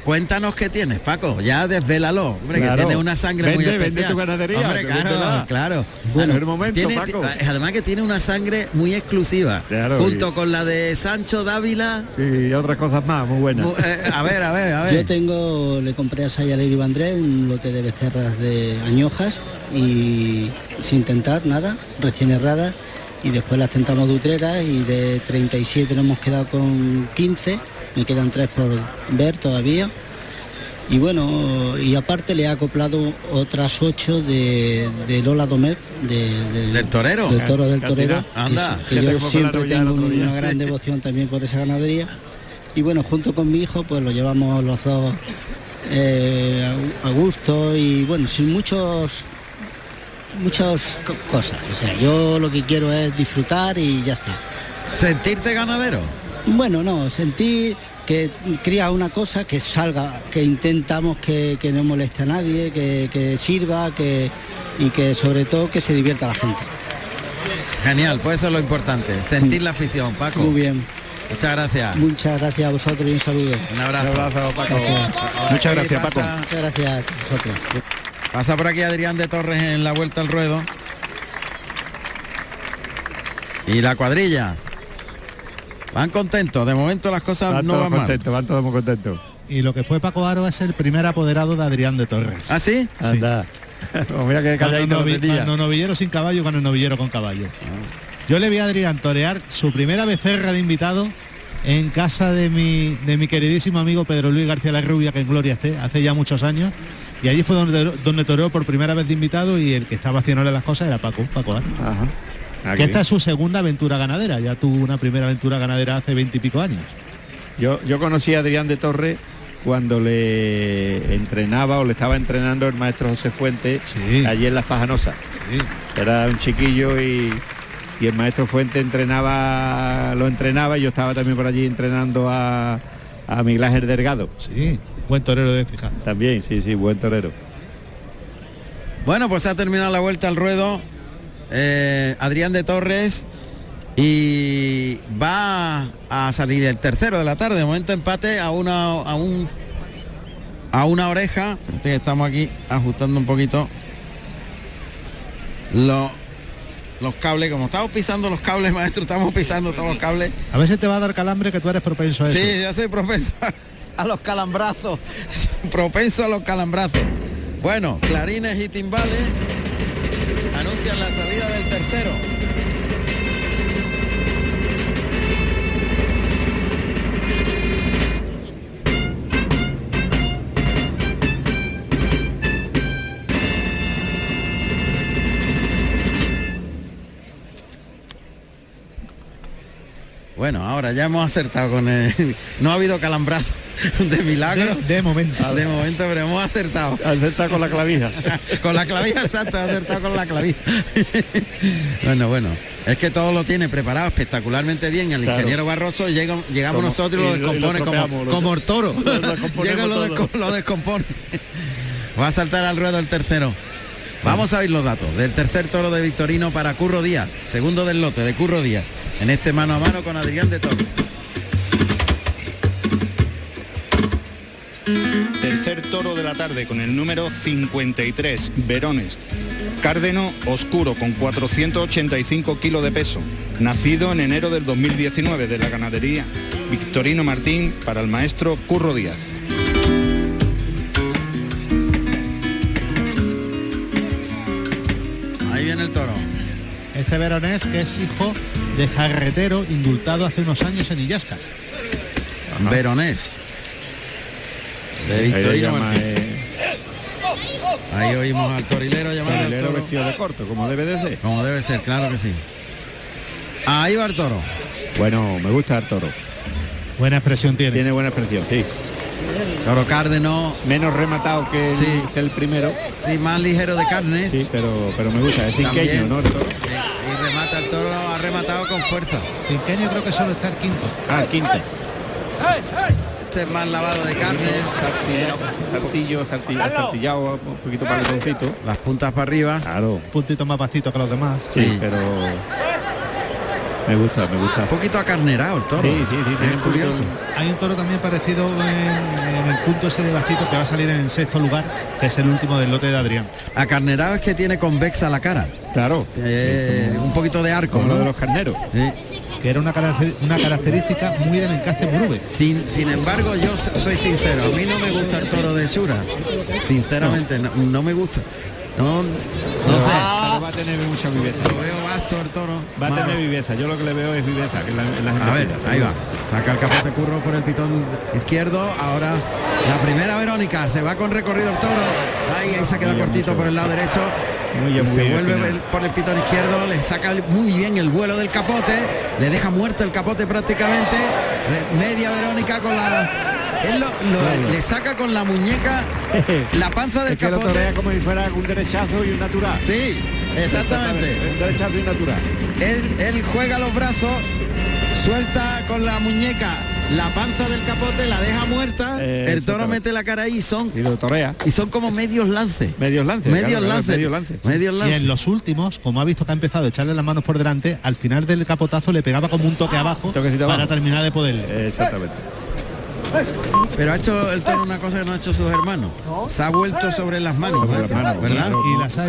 B: Cuéntanos qué tienes, Paco. Ya desvélalo. Hombre,
D: Claro.
B: que tiene una sangre muy
D: Vende,
B: especial.
D: vende tu ganadería,
B: Hombre,
D: que
B: claro,
D: véndela.
B: claro.
D: Bueno, A ver, un momento,
B: tiene- eh,
D: Paco.
B: Además que tiene una sangre muy exclusiva.
D: Claro,
B: junto
D: y-
B: con la de Sancho Dávila.
D: Y otras cosas más, muy buenas.
B: Mu- eh, a ver, a ver, a ver.
H: Yo tengo, le compré a Sayalero y Bandré un lote de becerras de añojas y sin tentar nada, recién herradas, y después las tentamos de Utrera y de 37 nos hemos quedado con 15, me quedan tres por ver todavía. Y bueno, y aparte le he acoplado otras ocho de, de Lola Domet, de-
B: Del torero.
H: Del toro del
D: Casi
H: torero.
D: nada.
H: que
B: Anda.
H: sí,
D: Fíjate
H: que yo
D: cómo fue la
H: siempre
D: novillada
H: tengo
D: el otro día.
H: una gran devoción también por esa ganadería. Y bueno, junto con mi hijo, pues lo llevamos los dos eh, a a gusto y bueno, sin muchos muchas co- cosas. O sea, yo lo que quiero es disfrutar y ya está.
B: Sentirte ganadero.
H: Bueno, no, sentir que cría una cosa que salga, que intentamos que, que no moleste a nadie, que, que sirva, que y que sobre todo que se divierta la gente.
B: Genial, pues eso es lo importante. Sentir la afición, Paco.
H: Muy bien.
B: Muchas gracias.
H: Muchas gracias a vosotros y un saludo.
B: Un abrazo.
D: Paco.
A: Muchas
B: Ahí
A: gracias, Paco.
B: pasa-
H: Muchas gracias a vosotros.
B: Pasa por aquí Adrián de Torres en la vuelta al ruedo. Y la cuadrilla. Van contentos. De momento las cosas
D: Van
B: no
D: todos
B: van mal.
D: contentos, van todos muy contentos.
C: Y lo que fue Paco Aro es el primer apoderado de Adrián de Torres.
B: ¿Ah, sí?
D: Anda. Pues mira
C: Cuando,
D: que calladito lo
C: novi-
D: tenía.
C: cuando novillero sin caballo, cuando novillero con caballo. Yo le vi a Adrián torear su primera becerra de invitado en casa de mi, de mi queridísimo amigo Pedro Luis García La Rubia, que en gloria esté, hace ya muchos años. Y allí fue donde, donde toreó por primera vez de invitado y el que estaba haciéndole las cosas era Paco, Paco Aro.
D: Ajá. Ah,
C: Que
D: qué
C: esta es su segunda aventura ganadera, ya tuvo una primera aventura ganadera hace veintipico años.
D: bien. Yo, yo conocí a Adrián de Torres cuando le entrenaba o le estaba entrenando el maestro José Fuente
C: Sí.
D: allí en Las Pajanosas.
C: Sí.
D: Era un chiquillo y, y el maestro Fuente entrenaba, lo entrenaba y yo estaba también por allí entrenando a, a Miguel Ángel Delgado.
C: Sí, buen torero de fija.
D: También, sí, sí, buen torero.
B: Bueno, pues ha terminado la vuelta al ruedo. eh, Adrián de Torres y va a salir el tercero de la tarde. De momento empate a una a un a una oreja. Espérate que Estamos aquí ajustando un poquito lo- los cables. Como estamos pisando los cables, maestro, estamos pisando todos los cables.
C: A veces te va a dar calambre que tú eres propenso a eso.
B: Sí, yo soy propenso a- a los calambrazos. Propenso a los calambrazos. Bueno, clarines y timbales anuncian la salida del tercero. Bueno, ahora ya hemos acertado con el... No ha habido calambrazo de milagro.
C: De, de momento.
B: De momento, pero hemos acertado.
D: Acepta con la clavija.
B: con la clavija exacto, ha acertado con la clavija. bueno, bueno. Es que todo lo tiene preparado espectacularmente bien. El
D: Claro.
B: ingeniero Barroso llega, llegamos
D: Como-
B: nosotros y lo
D: y lo- y lo
B: descompone como,
D: tropeamos, lo-
B: como el toro.
D: lo- lo descomponemos
B: llega y lo,
D: todo.
B: desco- lo descompone. Va a saltar al ruedo el tercero. Vamos a oír los datos del tercer toro de Victorino para Curro Díaz, segundo del lote de Curro Díaz, en este mano a mano con Adrián de Torres.
A: Tercer toro de la tarde con el número 53, Verones. Cárdeno oscuro con 485 kilos de peso. Nacido en enero del 2019 de la ganadería Victorino Martín para el maestro Curro Díaz.
B: Ahí viene el toro.
C: Este veronés que es hijo de carretero indultado hace unos años en Illascas.
B: Veronés. De
D: Ahí
B: Victorino
D: llama,
B: Martín.
D: eh,
B: Ahí oímos al torilero llamar al
D: tablero
B: toro.
D: vestido de corto, como debe de ser.
B: Como debe ser, claro que sí. Ahí va el toro.
D: Bueno, me gusta el toro.
C: Buena expresión tiene.
D: Tiene buena expresión, sí.
B: Toro cárdeno,
D: Menos rematado que el,
B: Sí.
D: que el primero,
B: sí, más ligero de carne.
D: sí, pero, pero me gusta. Es
B: También.
D: cinqueño, ¿no? El toro.
B: Sí, Y remata el toro, ha rematado con fuerza.
C: Cinqueño creo que solo está el quinto.
D: Ah, quinta.
B: Este es más lavado de carne.
D: Saltillo, saltillo, saltillado, un poquito paletoncito.
B: Las puntas para arriba.
D: Claro,
C: Puntito más pastito que los demás.
D: sí,
B: Sí.
D: pero me gusta, me gusta.
B: Un poquito acarnerado el toro.
D: Sí, sí, sí, tiene
B: es
D: un
B: curioso.
D: poquito-
C: Hay un toro también parecido en, en el punto ese de bastito que va a salir en sexto lugar, que es el último del lote de Adrián.
B: Acarnerado es que tiene convexa la cara.
D: Claro,
B: Eh, un poquito de arco,
D: como lo de
B: ¿no?
D: los carneros.
B: Sí.
C: Que era una, carace- una característica muy del encaste Murube.
B: Sin, sin embargo, yo so- soy sincero, a mí no me gusta el toro de Sura. Sinceramente, no, no me gusta. No, no
D: Ah,
B: sé.
D: Pero va a tener mucha viveza.
B: Lo veo vasto el toro.
D: Va a
B: Malo.
D: tener viveza, yo lo que le veo es viveza. que en la- en las
B: A ver,
D: encastidas.
B: ahí va. Saca el capote curro por el pitón izquierdo. Ahora la primera Verónica. Se va con recorrido el toro. Ahí, ahí se queda
D: Muy bien,
B: cortito
D: mucho.
B: por el lado derecho.
D: Muy bien,
B: Y
D: muy
B: se
D: bien,
B: vuelve
D: final.
B: el- por el pitón izquierdo. Le saca el- muy bien el vuelo del capote. Le deja muerto el capote prácticamente. Re- Media Verónica con la. él lo- lo- le saca con la muñeca la panza del
D: Es que lo torea
B: capote.
D: como si fuera un derechazo y un natural.
B: Sí, exactamente.
D: Un derechazo y un natural.
B: Él, él juega los brazos, suelta con la muñeca la panza del capote, la deja muerta,
D: Eh,
B: el toro
D: exactamente.
B: mete la cara ahí y son,
D: Y lo torea.
B: y son como medios lances.
D: Medios lances.
B: Medios
D: claro, claro,
B: lances.
D: Medios lances.
B: medios
C: Y
B: lances.
C: en los últimos, como ha visto que ha empezado a echarle las manos por delante, al final del capotazo le pegaba como un toque abajo
D: Toquecito
C: para
D: abajo. Eh,
C: terminar de poderle.
D: Exactamente.
B: Pero ha hecho el toro una cosa que no ha hecho sus hermanos. Se ha vuelto sobre las manos,
D: Sobre las
B: maestro,
D: manos,
B: ¿verdad?
D: claro.
C: Y las ha